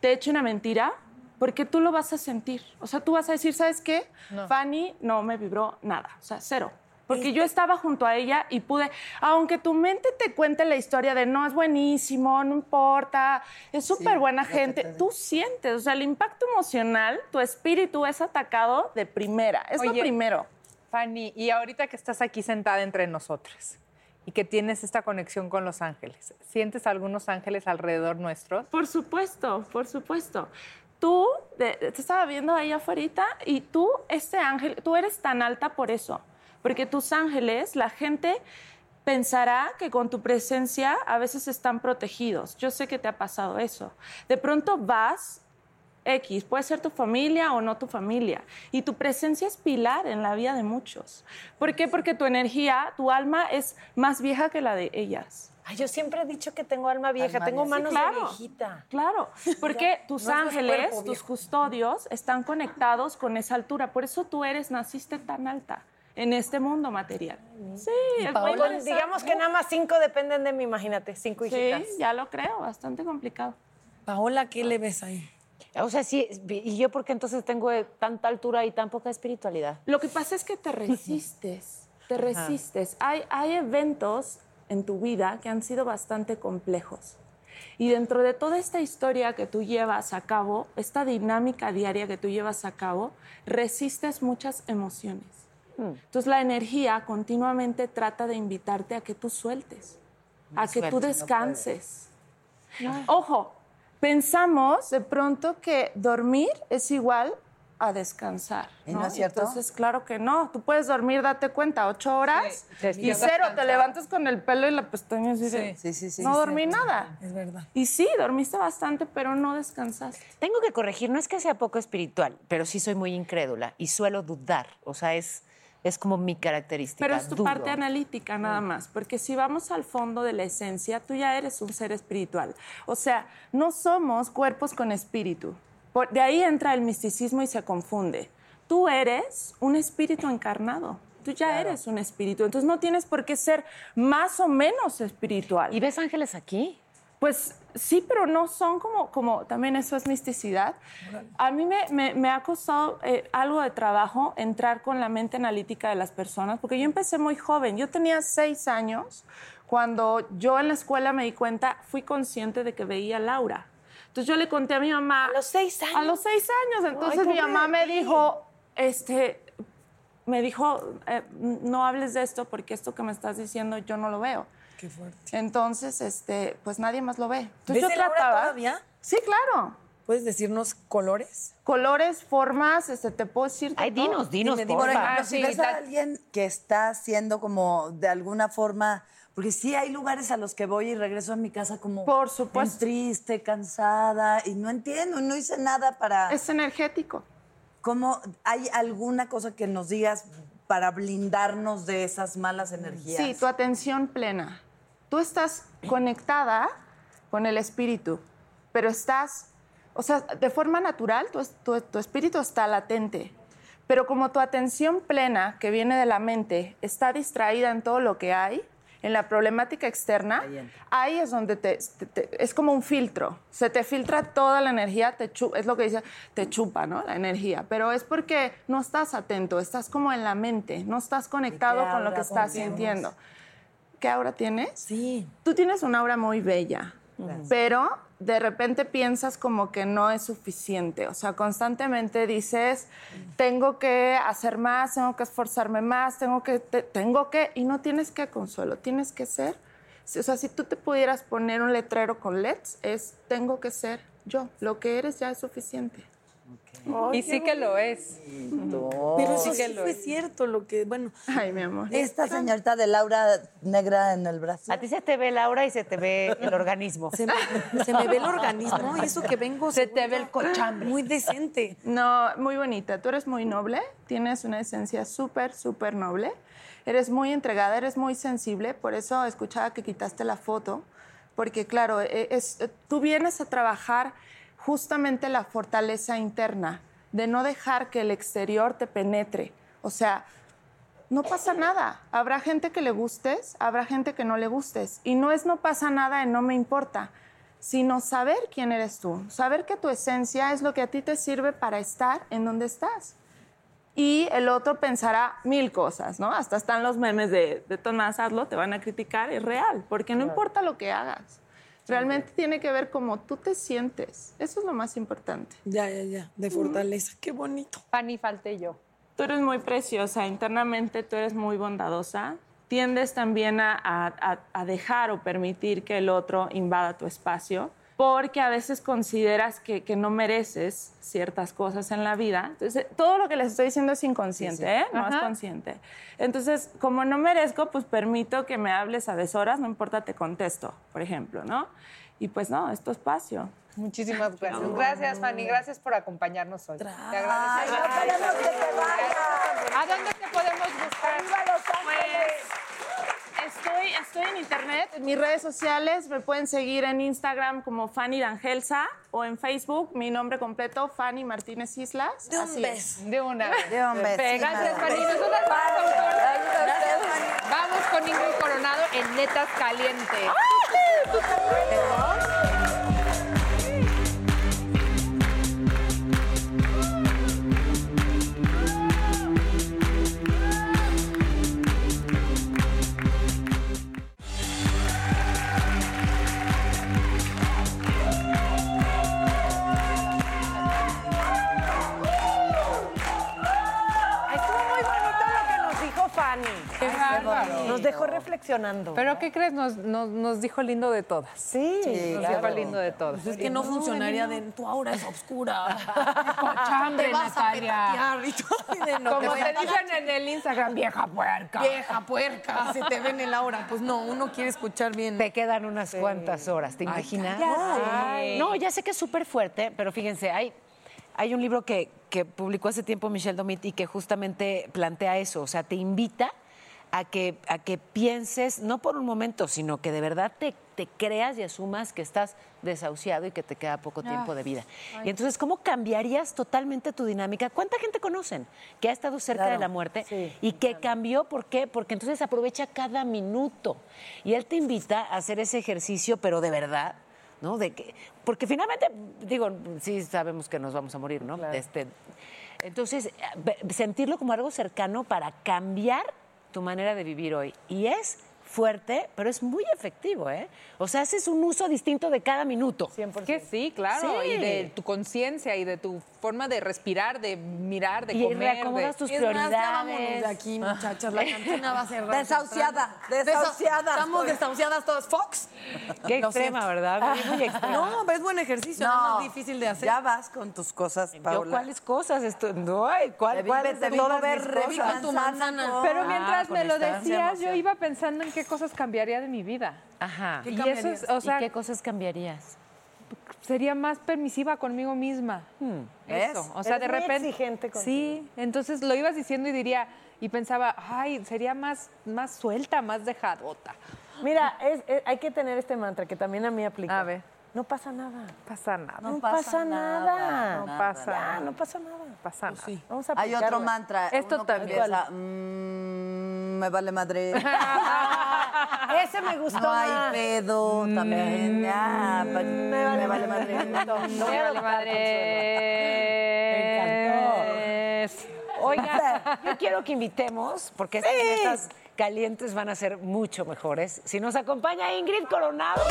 te eche una mentira porque tú lo vas a sentir. O sea, tú vas a decir, ¿sabes qué? No. Fanny no me vibró nada. O sea, cero. Porque yo estaba junto a ella y pude, aunque tu mente te cuente la historia de no es buenísimo, no importa, es súper buena gente, tú sientes, o sea, el impacto emocional, tu espíritu es atacado de primera, es lo Oye, primero. Fanny, y ahorita que estás aquí sentada entre nosotros y que tienes esta conexión con los ángeles, ¿sientes algunos ángeles alrededor nuestros? Por supuesto, por supuesto. Tú, de- te estaba viendo ahí afuera y tú, este ángel, tú eres tan alta por eso, porque tus ángeles, la gente pensará que con tu presencia a veces están protegidos. Yo sé que te ha pasado eso. De pronto vas X, puede ser tu familia o no tu familia. Y tu presencia es pilar en la vida de muchos. ¿Por qué? Porque tu energía, tu alma es más vieja que la de ellas. Ay, yo siempre he dicho que tengo alma vieja, Alma tengo vieja. manos Sí, claro. de viejita. <laughs> Claro, porque tus no es ángeles, cuerpo, tus viejo. custodios están conectados con esa altura. Por eso tú eres, naciste tan alta en este mundo material. Sí, Y es muy Paola, interesante. digamos que nada más cinco dependen de mí, imagínate, cinco hijitas. Sí, ya lo creo, bastante complicado. Paola, ¿qué le ves ahí? O sea, sí, ¿y yo por qué entonces tengo eh, tanta altura y tan poca espiritualidad? Lo que pasa es que te resistes, te Ajá. resistes. Hay, hay eventos en tu vida que han sido bastante complejos. Y dentro de toda esta historia que tú llevas a cabo, esta dinámica diaria que tú llevas a cabo, resistes muchas emociones. Mm. Entonces la energía continuamente trata de invitarte a que tú sueltes, a que tú sueltes, no descanses. Ojo, pensamos de pronto que dormir es igual a descansar. ¿Y no es cierto? Entonces, claro que no. Tú puedes dormir, date cuenta, ocho horas Sí, te y despiertas cero, te cansada. levantas con el pelo y la pestaña así de, no dormí nada. Es verdad. Y sí, dormiste bastante, pero no descansaste. Tengo que corregir, no es que sea poco espiritual, pero sí soy muy incrédula y suelo dudar. O sea, es, es como mi característica. Pero es tu dudo. parte analítica nada más, porque si vamos al fondo de la esencia, tú ya eres un ser espiritual. O sea, no somos cuerpos con espíritu. Por- de ahí entra el misticismo y se confunde. Tú eres un espíritu encarnado. Tú ya eres un espíritu. Entonces no tienes por qué ser más o menos espiritual. ¿Y ves ángeles aquí? Pues Sí, pero no son como, como también eso es misticidad. A mí me, me- me ha costado eh, algo de trabajo entrar con la mente analítica de las personas, porque yo empecé muy joven, yo tenía seis años, cuando yo en la escuela me di cuenta, fui consciente de que veía a Laura. Entonces yo le conté a mi mamá. A los seis años. A los seis años. Entonces Ay, mi mamá me pobre. dijo, este, me dijo, eh, no hables de esto porque esto que me estás diciendo yo no lo veo. Qué fuerte. Entonces, este, pues nadie más lo ve. Entonces ¿Ves yo el aura trataba. todavía? Sí, claro. ¿Puedes decirnos colores? Colores, formas, este, te puedo decir. Ay, dinos, dinos, Dime, dime, por ejemplo, Ah, si ves a alguien que está haciendo como de alguna forma, porque sí hay lugares a los que voy y regreso a mi casa como por supuesto triste, cansada y no entiendo, no hice nada para Es energético. ¿Cómo hay alguna cosa que nos digas para blindarnos de esas malas energías? Sí, tu atención plena. Tú estás conectada con el espíritu, pero estás, o sea, de forma natural, tu, es- tu- tu espíritu está latente. Pero como tu atención plena, que viene de la mente, está distraída en todo lo que hay, en la problemática externa, ahí es donde te, te- te- es como un filtro. Se te filtra toda la energía, te chu- es lo que dice, te chupa, ¿no? La energía. Pero es porque no estás atento, estás como en la mente, no estás conectado con lo aura que estás confiamos? sintiendo. ¿Qué aura tienes? Sí. Tú tienes una aura muy bella, pero de repente piensas como que no es suficiente. O sea, constantemente dices, tengo que hacer más, tengo que esforzarme más, tengo que, te- tengo que, y no tienes que consuelo, tienes que ser. Si- O sea, si tú te pudieras poner un letrero con LEDs, es tengo que ser yo. Lo que eres ya es suficiente. y sí que lo es. Pero eso sí sí fue cierto lo que, bueno. Ay, mi amor. Esta señorita de Laura negra en el brazo. A ti se te ve Laura y se te ve el organismo. Se me, se me ve el organismo y eso que vengo. Se te ve el cochambre. Muy decente. No, muy bonita. Tú eres muy noble, tienes una esencia súper, súper noble. Eres muy entregada, eres muy sensible. Por eso escuchaba que quitaste la foto, porque claro, e- es, tú vienes a trabajar justamente la fortaleza interna, de no dejar que el exterior te penetre. O sea, no pasa nada. Habrá gente que le gustes, habrá gente que no le gustes. Y no es no pasa nada en no me importa, sino saber quién eres tú, saber que tu esencia es lo que a ti te sirve para estar en donde estás. Y el otro pensará mil cosas, ¿no? Hasta están los memes de, de Tomás, hazlo, te van a criticar, es real, porque no importa lo que hagas. Realmente tiene que ver cómo tú te sientes. Eso es lo más importante. Ya, ya, ya. De fortaleza. Qué bonito. Pani falté yo. Tú eres muy preciosa, internamente tú eres muy bondadosa. Tiendes también a, a- a- a dejar o permitir que el otro invada tu espacio, porque a veces consideras que, que no mereces ciertas cosas en la vida. Entonces, todo lo que les estoy diciendo es inconsciente, ¿eh? No es Ajá. consciente. Entonces, como no merezco, pues permito que me hables a deshoras, no importa, te contesto, por ejemplo, ¿no? Y pues no, es tu espacio. Muchísimas gracias. Gracias, Fanny. Gracias por acompañarnos hoy. Te agradecemos. ¿A dónde te podemos buscar? Pues, Estoy, estoy en internet, en mis redes sociales me pueden seguir en Instagram como Fanny Dangelsa o en Facebook, mi nombre completo, Fanny Martínez Islas. De un Así es. De una vez. De un Perfecto. vez, sí, Gracias, nada. Fanny. Nosotras vamos con corte. Vamos con Ingrid Coronado en Netas Calientes. Estuvo muy bonito lo que nos dijo Fanny. Qué bárbaro. Nos dejó reflexionando. Pero ¿qué crees? Nos, nos, nos dijo lindo de todas. Sí, nos claro. dijo lindo de Pues todas. Es que no funcionaría de tu aura es oscura. Cochambre, <laughs> Te vas a Natalia. petatear y todo así de, no, Como voy a te pagar. dicen en el Instagram, vieja puerca. Vieja puerca, se te ve en el aura. Pues no, uno quiere escuchar bien. Te quedan unas cuantas horas, ¿te imaginas? cállate. Ay. No, ya sé que es súper fuerte, pero fíjense, hay, hay un libro que, que publicó hace tiempo Michelle Domit y que justamente plantea eso, o sea, te invita a que, a que pienses, no por un momento, sino que de verdad te, te creas y asumas que estás desahuciado y que te queda poco tiempo de vida. Ah, Ay. Y entonces, ¿cómo cambiarías totalmente tu dinámica? ¿Cuánta gente conocen que ha estado cerca Claro, de la muerte y que cambió? ¿Por qué? Porque entonces aprovecha cada minuto. Y él te invita a hacer ese ejercicio, pero de verdad, ¿no? De que, porque finalmente, digo, sí sabemos que nos vamos a morir, ¿no? Este, entonces, eh, ve- sentirlo como algo cercano para cambiar tu manera de vivir hoy. Y es fuerte, pero es muy efectivo, ¿eh? O sea, haces un uso distinto de cada minuto. Que sí, claro. Sí. Y de tu conciencia y de tu forma de respirar, de mirar, de Y comer. reacomodas de- tus Es más, ya vámonos Vámonos de aquí, muchachas. La cantina va a cerrar. Desahuciada, Desa- desahuciada. Estamos desahuciadas todas. Fox. Qué Lo extrema, siento. Ah, ¿verdad? Muy extrema. No, pero es buen ejercicio. No, No. Es difícil de hacer. Ya vas con tus cosas, Paula. cuáles cosas? Esto, no, ay, ¿cuál, Revive, cuál? te Tú vivo no ver, ves revive cosas. tu manzana. Pero Ah, mientras con me lo esta decías, yo emoción. iba pensando en qué cosas cambiaría de mi vida. Ajá. ¿Qué Y eso es, cambiarías? o sea- ¿Y qué cosas cambiarías? Sería más permisiva conmigo misma. ¿ves? Eso. O sea, Eres de muy repente. exigente contigo. sí. Entonces lo ibas diciendo y diría, y pensaba, ay, sería más, más suelta, más dejadota. Mira, es- es- hay que tener este mantra que también a mí aplica. A ver. No pasa nada. Pasa nada. No, pasa nada. Pues No pasa Ya, nada. no pasa nada. Pasa nada. Vamos a Hay otro aplicarlo. mantra. Esto uno que también. empieza, "Mm, me vale <laughs> madre. Ese me Pues gustó. No hay más. pedo Mm, también. Ah, pa- me vale, madre. No me vale madre. Oiga, yo quiero que invitemos, porque estas Sí. metas calientes van a ser mucho mejores. Si nos acompaña Ingrid Coronado.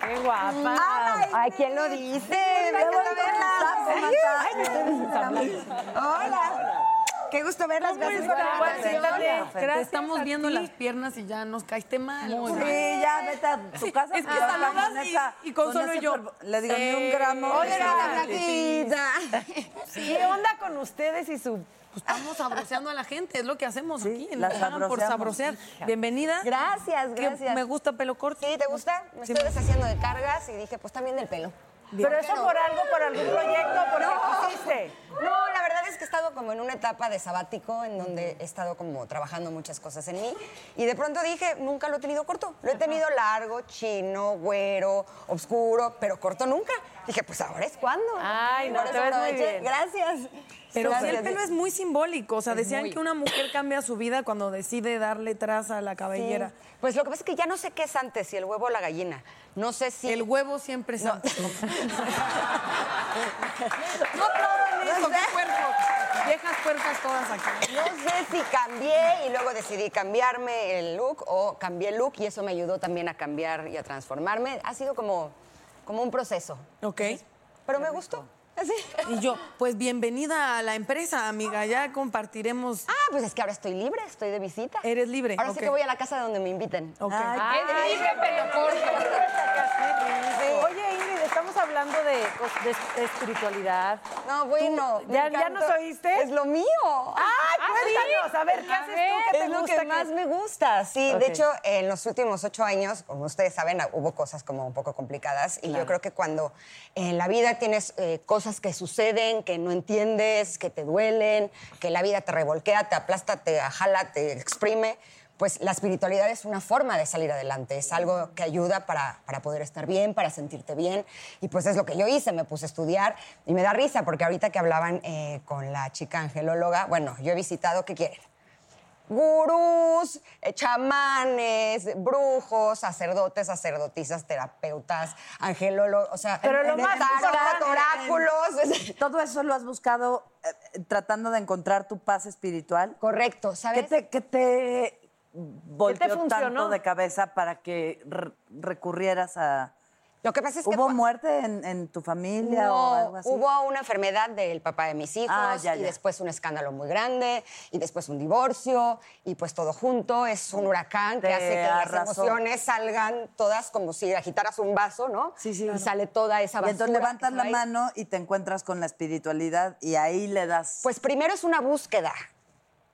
¡Qué guapa! ¡Ay, quién lo dice! Me encanta verlas. Ay, me estoy Hola. Qué gusto verlas. Gracias por la invitación. Te estamos viendo las piernas y ya nos caíste mal. Muy o sea. mal. Sí, ya, vete a tu casa, Es que pero saludas con y- esa- y con con solo ese yo. per- le digo, ni un gramo. Hola, Hola, Blanquita. ¿Qué onda con ustedes y su...? Pues estamos sabroseando a la gente, es lo que hacemos aquí. la Nos pagan por sabroseamos, sabrosear. hija. Bienvenida. Gracias, Que gracias. Me gusta pelo corto. Sí, ¿te gusta? Me Sí, estoy deshaciendo de cargas y dije, pues también del pelo. Bien. ¿Pero eso por algo, por algún proyecto, porque quisiste? No, la verdad es que he estado como en una etapa de sabático en donde he estado como trabajando muchas cosas en mí y de pronto dije, nunca lo he tenido corto. Lo he tenido largo, chino, güero, oscuro, pero corto nunca. Dije, pues ahora es cuando. Ay, no, Por te eso ves muy aproveché. bien. Gracias. Pero sí, Gracias. el pelo es muy simbólico. O sea, Es decían muy. que una mujer cambia su vida cuando decide darle traza a la Sí. cabellera. Pues lo que pasa es que ya no sé qué es antes, si el huevo o la gallina. No sé si. El huevo siempre <laughs> es antes. No aplaudan eso, qué puercos. Viejas puercas todas aquí. No sé si cambié y luego decidí cambiarme el look o cambié el look y eso me ayudó también a cambiar y a transformarme. Ha sido como, como un proceso. Ok. Pero me gustó. Así. Y yo, pues bienvenida a la empresa, amiga. Ya compartiremos. Ah, pues es que ahora estoy libre, estoy de visita. Eres libre. Ahora sí ok. que voy a la casa donde me inviten. Ok. Ay, Ay, qué rico. Oye, Ingrid, estamos hablando de, cos- de- de espiritualidad. No, bueno. me ¿Ya, ¿Ya encantó. nos oíste? Es lo mío. Ah, ¡Ay, cuéntanos! A ver, ¿qué haces tú? ¿Qué te es lo gusta? que más me gusta. Sí, Ok. de hecho, en los últimos ocho años, como ustedes saben, hubo cosas como un poco complicadas. Y yo creo que cuando en la vida tienes eh, cosas que suceden, que no entiendes, que te duelen, que la vida te revolquea, te aplasta, te jala, te exprime, pues la espiritualidad es una forma de salir adelante, es algo que ayuda para, para poder estar bien, para sentirte bien. Y pues es lo que yo hice, me puse a estudiar y me da risa porque ahorita que hablaban eh, con la chica angelóloga, bueno, yo he visitado, ¿qué quieren? gurús, eh, chamanes, brujos, sacerdotes, sacerdotisas, terapeutas, angelólogos, o sea, Pero lo de más tarot, buscado, oráculos. Todo eso lo has buscado eh, tratando de encontrar tu paz espiritual. Correcto, ¿sabes? ¿Qué te, qué te volteó funcionó? tanto de cabeza para que re- recurrieras a. Lo que pasa es que ¿Hubo cua- muerte en, en tu familia o No, algo así? hubo una enfermedad del papá de mis hijos Ah, ya, y ya. después un escándalo muy grande y después un divorcio y pues todo junto es un huracán que Te hace que las arrasó. emociones salgan todas como si agitaras un vaso, ¿no? Sí, sí. Y sale toda esa Y basura. entonces levantas que la traes. mano y te encuentras con la espiritualidad y ahí le das. Pues primero es una búsqueda.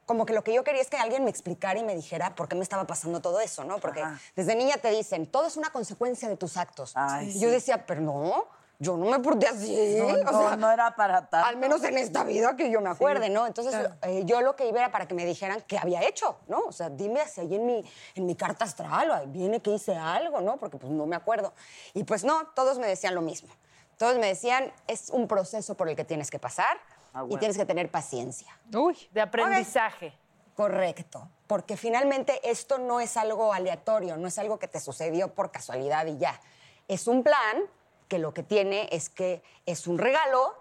Como que lo que yo quería es que alguien me explicara y me dijera por qué me estaba pasando todo eso, ¿no? Porque Ajá. desde niña te dicen, todo es una consecuencia de tus actos. Ay, y sí. yo decía, pero no, yo no me porté así. No, <laughs> o no, sea, no era para tanto. al menos en esta vida que yo me acuerde, Sí, ¿no? Entonces claro. eh, yo lo que iba era para que me dijeran qué había hecho, ¿no? O sea, dime si ahí en mi, en mi carta astral o ahí viene que hice algo, ¿no? Porque pues no me acuerdo. Y pues no, todos me decían lo mismo. Todos me decían, es un proceso por el que tienes que pasar. Ah, y tienes que tener paciencia. Uy, de aprendizaje. Correcto, porque finalmente esto no es algo aleatorio, no es algo que te sucedió por casualidad y ya. Es un plan que lo que tiene es que es un regalo,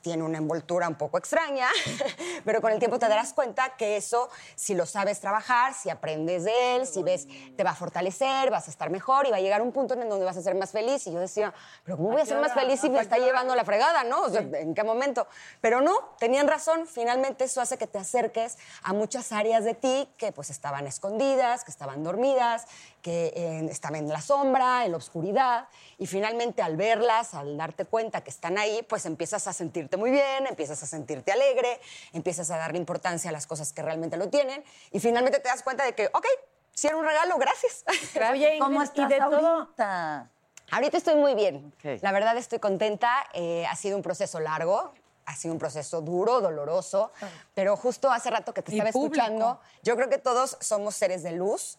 tiene una envoltura un poco extraña, <laughs> pero con el tiempo te darás cuenta que eso, si lo sabes trabajar, si aprendes de él, si ves, te va a fortalecer, vas a estar mejor y va a llegar un punto en donde vas a ser más feliz. Y yo decía, pero ¿cómo voy a ser más feliz si me está llevando la fregada, no? O sea, ¿En qué momento? Pero no, tenían razón. Finalmente eso hace que te acerques a muchas áreas de ti que pues estaban escondidas, que estaban dormidas, que eh, estaban en la sombra, en la oscuridad. Y finalmente al verlas, al darte cuenta que están ahí, pues empiezas a sentirte muy bien, empiezas a sentirte alegre, empiezas a darle importancia a las cosas que realmente lo tienen. Y finalmente te das cuenta de que, ok, si era un regalo, gracias. Oye, ¿cómo estás ahorita? Ahorita estoy muy bien. La verdad estoy contenta. Eh, ha sido un proceso largo, ha sido un proceso duro, doloroso, pero justo hace rato que te Ah. Y estaba público. escuchando, yo creo que todos somos seres de luz,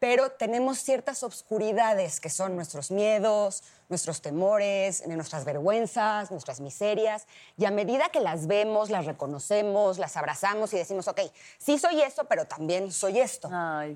pero tenemos ciertas obscuridades que son nuestros miedos, nuestros temores, nuestras vergüenzas, nuestras miserias. Y a medida que las vemos, las reconocemos, las abrazamos y decimos, ok, sí soy eso, pero también soy esto.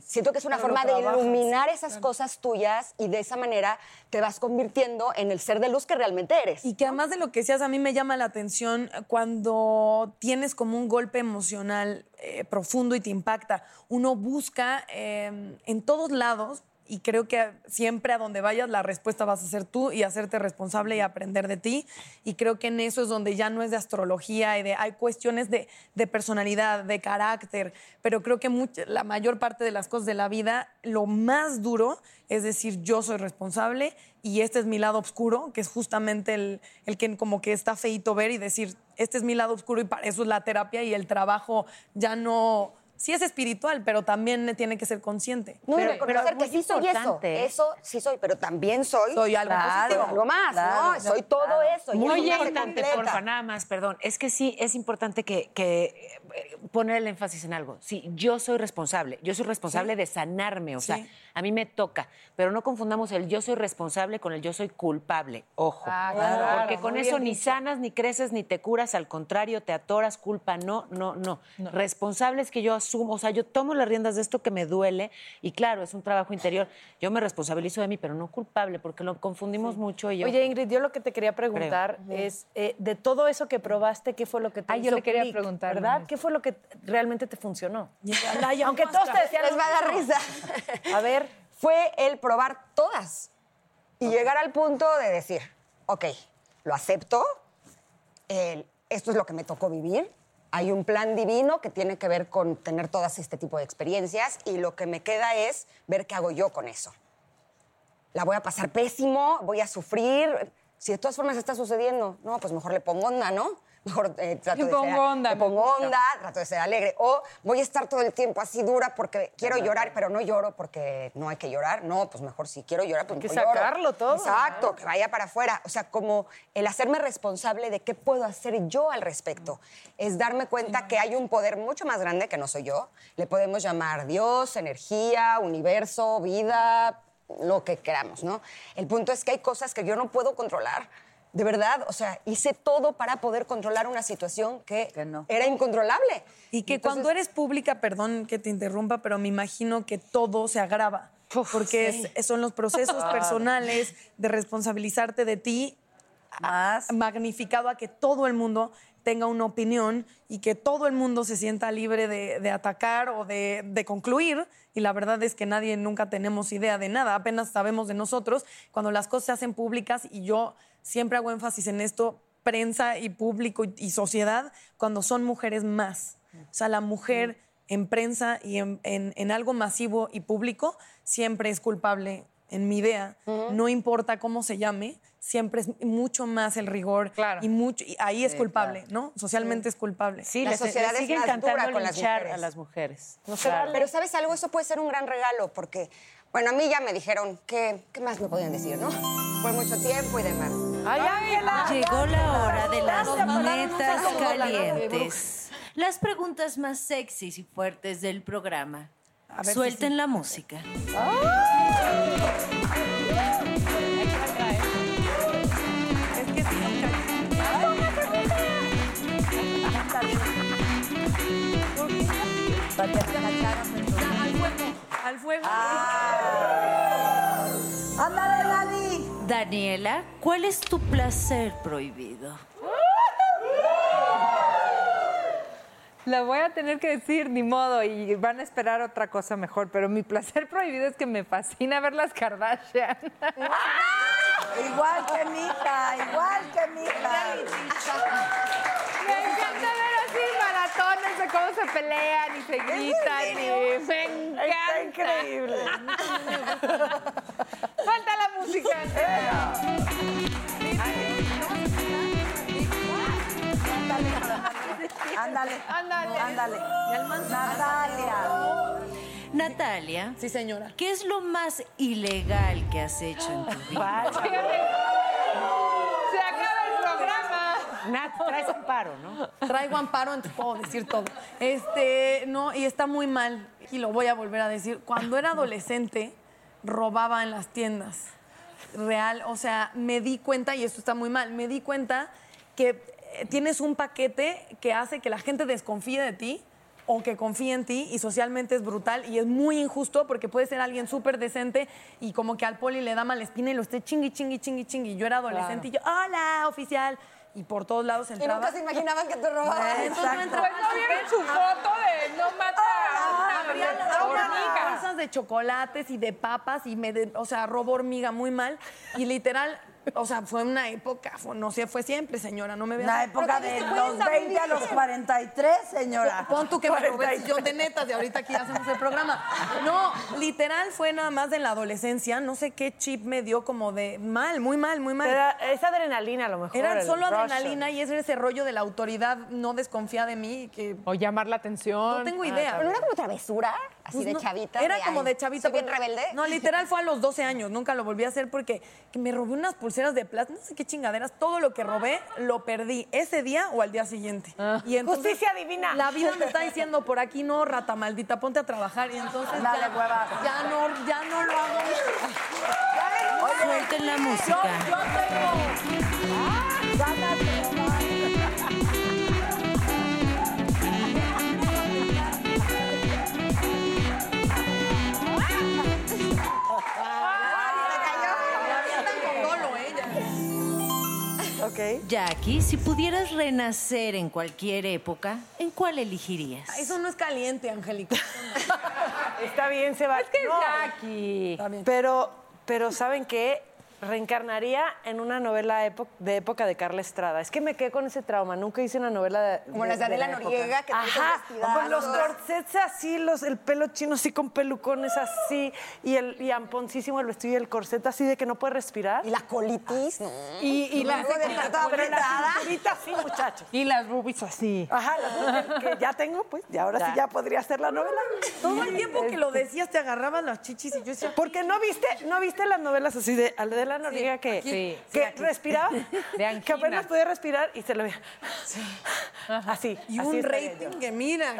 Siento que es una Pero lo forma de trabajas, iluminar esas cosas tuyas y de esa manera te vas convirtiendo en el ser de luz que realmente eres. Y que además de lo que seas, a mí me llama la atención cuando tienes como un golpe emocional eh, profundo y te impacta. Uno busca eh, en todos lados y creo que siempre a donde vayas la respuesta vas a ser tú y hacerte responsable y aprender de ti. Y creo que en eso es donde ya no es de astrología y de hay cuestiones de, de personalidad, de carácter, pero creo que much- la mayor parte de las cosas de la vida, lo más duro es decir yo soy responsable y este es mi lado oscuro, que es justamente el, el que como que está feito ver y decir este es mi lado oscuro y para eso es la terapia y el trabajo ya no... Sí es espiritual, pero también tiene que ser consciente. No, y reconocer que sí soy eso. Eso sí soy, pero también soy. Soy algo positivo. algo más, Claro, ¿no? Soy todo claro. eso. y Muy eso me hace importante, completa. porfa, nada más, perdón. Es que sí, es importante que, que, eh, poner el énfasis en algo. Sí, yo soy responsable. Yo soy responsable de sanarme. O sea, a mí me toca. Pero no confundamos el yo soy responsable con el yo soy culpable. Ojo. Ah, claro, Porque muy con bien eso ni dicho. sanas, ni creces, ni te curas. Al contrario, te atoras, culpa. No, no, no. Responsable es que yo asumo. O sea, yo tomo las riendas de esto que me duele. Y claro, es un trabajo interior. Yo me responsabilizo de mí, pero no culpable, porque lo confundimos mucho. Y yo- Oye, Ingrid, yo lo que te quería preguntar es, eh, de todo eso que probaste, ¿qué fue lo que te Ah, yo hizo le quería clic, preguntar lo ¿Verdad? mismo. ¿Qué fue lo que realmente <laughs> te funcionó? Aunque todos te decían, les va a dar risa. <laughs> A ver. Fue el probar todas y llegar al punto de decir, ok, lo acepto, el- esto es lo que me tocó vivir. Hay un plan divino que tiene que ver con tener todas este tipo de experiencias y lo que me queda es ver qué hago yo con eso. La voy a pasar pésimo, voy a sufrir. Si de todas formas está sucediendo, no, pues mejor le pongo onda, ¿no? Mejor eh, trato Le de ser, pongo onda, le me pongo gusta. onda, trato de ser alegre. O voy a estar todo el tiempo así dura porque quiero llorar, pero no lloro porque no hay que llorar. No, pues mejor si quiero llorar, pues que mejor lloro. sacarlo todo. Exacto, que vaya para afuera. O sea, como el hacerme responsable de qué puedo hacer yo al respecto. Mm. Es darme cuenta que hay un poder mucho más grande que no soy yo. Le podemos llamar Dios, energía, universo, vida, lo que queramos, ¿no? El punto es que hay cosas que yo no puedo controlar. De verdad, o sea, hice todo para poder controlar una situación que, era incontrolable. Y que cuando eres pública, perdón que te interrumpa, pero me imagino que todo se agrava. porque sí. es- son los procesos <laughs> Claro. personales de responsabilizarte de ti, a- magnificado a que todo el mundo tenga una opinión y que todo el mundo se sienta libre de, de atacar o de, de concluir. Y la verdad es que nadie nunca tenemos idea de nada, apenas sabemos de nosotros. Cuando las cosas se hacen públicas, y yo siempre hago énfasis en esto, prensa y público y, y sociedad, cuando son mujeres más. O sea, la mujer en prensa y en, en- en algo masivo y público siempre es culpable, en mi idea. No importa cómo se llame, siempre es mucho más el rigor. Y, mucho, y ahí es Sí, culpable, ¿no? Socialmente es culpable. Sí, la sociedad sigue encantando linchar a las mujeres. No se vale. Pero sabes algo, eso puede ser un gran regalo porque, bueno, a mí ya me dijeron que, ¿qué más me podían decir, no? Fue mucho tiempo y demás. Ay, Ángela, Llegó la hora de las monedas metas calientes. Las preguntas más sexys y fuertes del programa. ver, Suelten la música. Para que te mandaras el Al fuego. ¡Ándale, Dani! Daniela, ¿cuál es tu placer prohibido? La voy a tener que decir, ni modo, y van a esperar otra cosa mejor, pero mi placer <laughs> prohibido es que me fascina ver las Kardashian. <laughs> Igual que mi hija, igual que mi hija. Me encanta ver así maratones de cómo se pelean y se gritan. Y me encanta. Está increíble. Falta la música. Ándale. Ándale. Ándale. Natalia. Natalia. Sí, señora. ¿Qué es lo más ilegal que has hecho en tu vida? Se acaba el programa. Nat, traes amparo, ¿no? Traigo amparo, entonces puedo decir todo. Este, no, y está muy mal. Y lo voy a volver a decir. Cuando era adolescente, robaba en las tiendas. Real, o sea, me di cuenta, y esto está muy mal, me di cuenta que eh, tienes un paquete que hace que la gente desconfíe de ti o que confíe en ti y socialmente es brutal y es muy injusto porque puede ser alguien súper decente y como que al poli le da mala espina y lo esté chingui, chingui, chingui, chingui. Yo era adolescente y yo, hola, oficial. Y por todos lados Y entraba. nunca se imaginaban que te robaban. Entonces no entraba Pues no vieron su foto de no mata Ah, a una Había hormiga. había bolsas de chocolates y de papas y me, de- o sea, robo hormiga muy mal y literal, o sea, fue una época, fue- no sé, fue siempre, señora, no me veas. Una así. época Pero te de diste los cuenta, 20 a los 43, señora. Pon tú que me robé el sillón de netas de ahorita aquí hacemos el programa. No, literal fue nada más de la adolescencia, no sé qué chip me dio como de mal, muy mal, muy mal. Era- es adrenalina a lo mejor. Era el solo rush. adrenalina y es ese rollo de la autoridad no desconfía de mí que O llamar la atención. no tengo Ah, idea. ¿Pero no era como travesura? Así Pues de no, chavita. Era como ay, de chavita. ¿Soy bien porque- rebelde? No, literal fue a los 12 años. Nunca lo volví a hacer porque que me robé unas pulseras de plata, no sé qué chingaderas. Todo lo que robé lo perdí ese día o al día siguiente. Y Justicia divina. La vida me está diciendo por aquí no, rata maldita, ponte a trabajar. Y entonces Dale, ya, hueva. ya no, ya no lo hago. Suelten la música. Yo tengo- Jackie, si pudieras renacer en cualquier época, ¿en cuál elegirías? Eso no es caliente, Angélica. Está bien, se va. Es que Jackie. Pero, pero ¿saben qué? Reencarnaría en una novela epo- de época de Carla Estrada. Es que me quedé con ese trauma. Nunca hice una novela de. Como las de Adela época. Noriega, que te hizo Ajá, vestidazo. con los corsets así, los, el pelo chino así con pelucones así, y el y amponcísimo el vestido y el corset así de que no puede respirar. Y la colitis, no. Y, y la, Luego de tanta pero la apretada. cinturita así, muchachos. Y las boobies así. Ajá, la- que ya tengo, pues, y ahora sí ya podría hacer la novela. Todo el tiempo que lo decías te agarraban las chichis y yo decía, Porque no viste, no viste las novelas así de Adela Noriega que, Sí, sí, que aquí. respiraba, angina. que apenas podía respirar y se lo veía. Así. Ah. y así un estaría rating yo. que mira.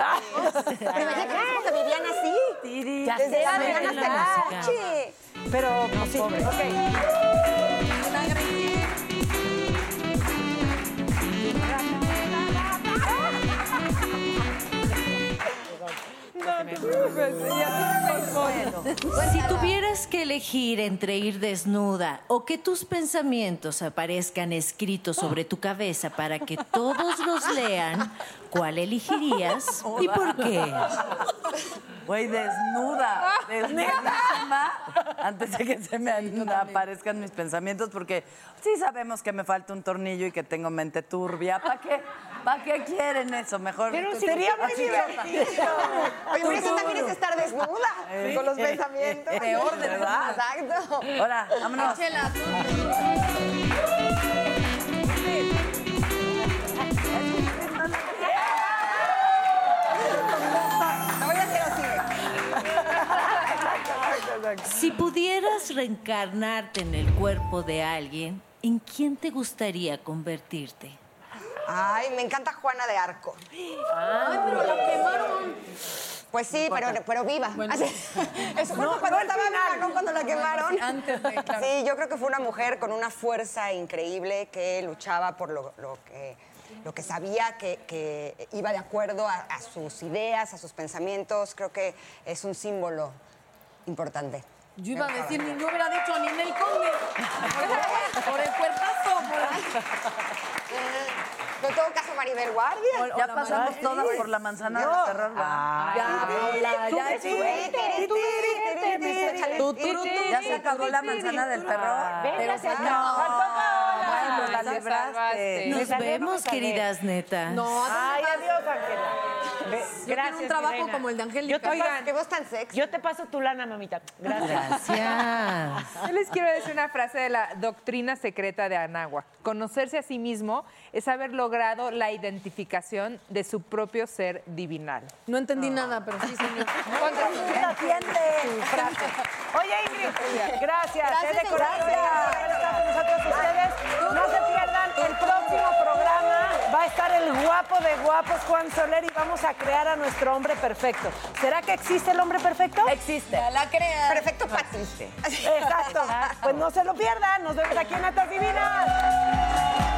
Pero imagínate cómo se vivían así. sé, Desde la suelten mañana la hasta la música. noche. Pero pues, sí, ok. Si tuvieras que elegir entre ir desnuda o que tus pensamientos aparezcan escritos sobre tu cabeza para que todos los lean, ¿cuál elegirías y por qué? Güey, <laughs> desnuda. Desnudísima. Antes de que se me aparezcan mis pensamientos, porque sí sabemos que me falta un tornillo y que tengo mente turbia. ¿Para qué? ¿Para qué quieren eso? Mejor. tú- sería muy así, divertido. Oye, pero eso también es estar desnuda. Con los pensamientos. Peor, de verdad. Exacto. Ahora, vámonos. Chela, tú- Te voy a hacer así. Si pudieras reencarnarte en el cuerpo de alguien, ¿en quién te gustaría convertirte? Ay, me encanta Juana de Arco. Ay, pero la quemaron. Pues sí, pero, pero viva. Así- <laughs> Eso fue cuando estaba viva, ¿no? Cuando la quemaron. sí, antes de, claro. Sí, yo creo que fue una mujer con una fuerza increíble que luchaba por lo, lo que lo que sabía que, que iba de acuerdo a, a sus ideas, a sus pensamientos. Creo que es un símbolo importante. Yo iba a decir, ni yo hubiera dicho ni en el conde. Por, por el cuerpazo, por No todo caso, Maribel Guardia. Ya pasamos todas por la manzana del terror. va. ya, ya, ya, Ya se acabó la manzana del Ah, terror. Ven, Pero ya se se acabó. acabó. Bueno, la pues, Nos libraste. Nos vemos, queridas netas. No, Ay, adiós, Ángela. Yo quiero un trabajo como el de Angélica. Yo te, Oigan, qué voz tan sexy. Yo te paso tu lana, mamita. Gracias. Gracias. Yo les quiero decir una frase de la doctrina secreta de Anagua. Conocerse a sí mismo es haber logrado la identificación de su propio ser divinal. No entendí nada, pero sí, señor. Contra su gente. <laughs> Oye, Ingrid, gracias. Gracias, eh, de corazón, señora. gracias por haber estado con nosotros ustedes. No se pierdan el próximo programa. Va a estar el guapo de guapos, Juan Soler, y vamos a crear a nuestro hombre perfecto. ¿Será que existe el hombre perfecto? Existe. la crean. Perfecto para ti. Exacto. Pues no se lo pierdan. Nos vemos aquí en Netas Divinas.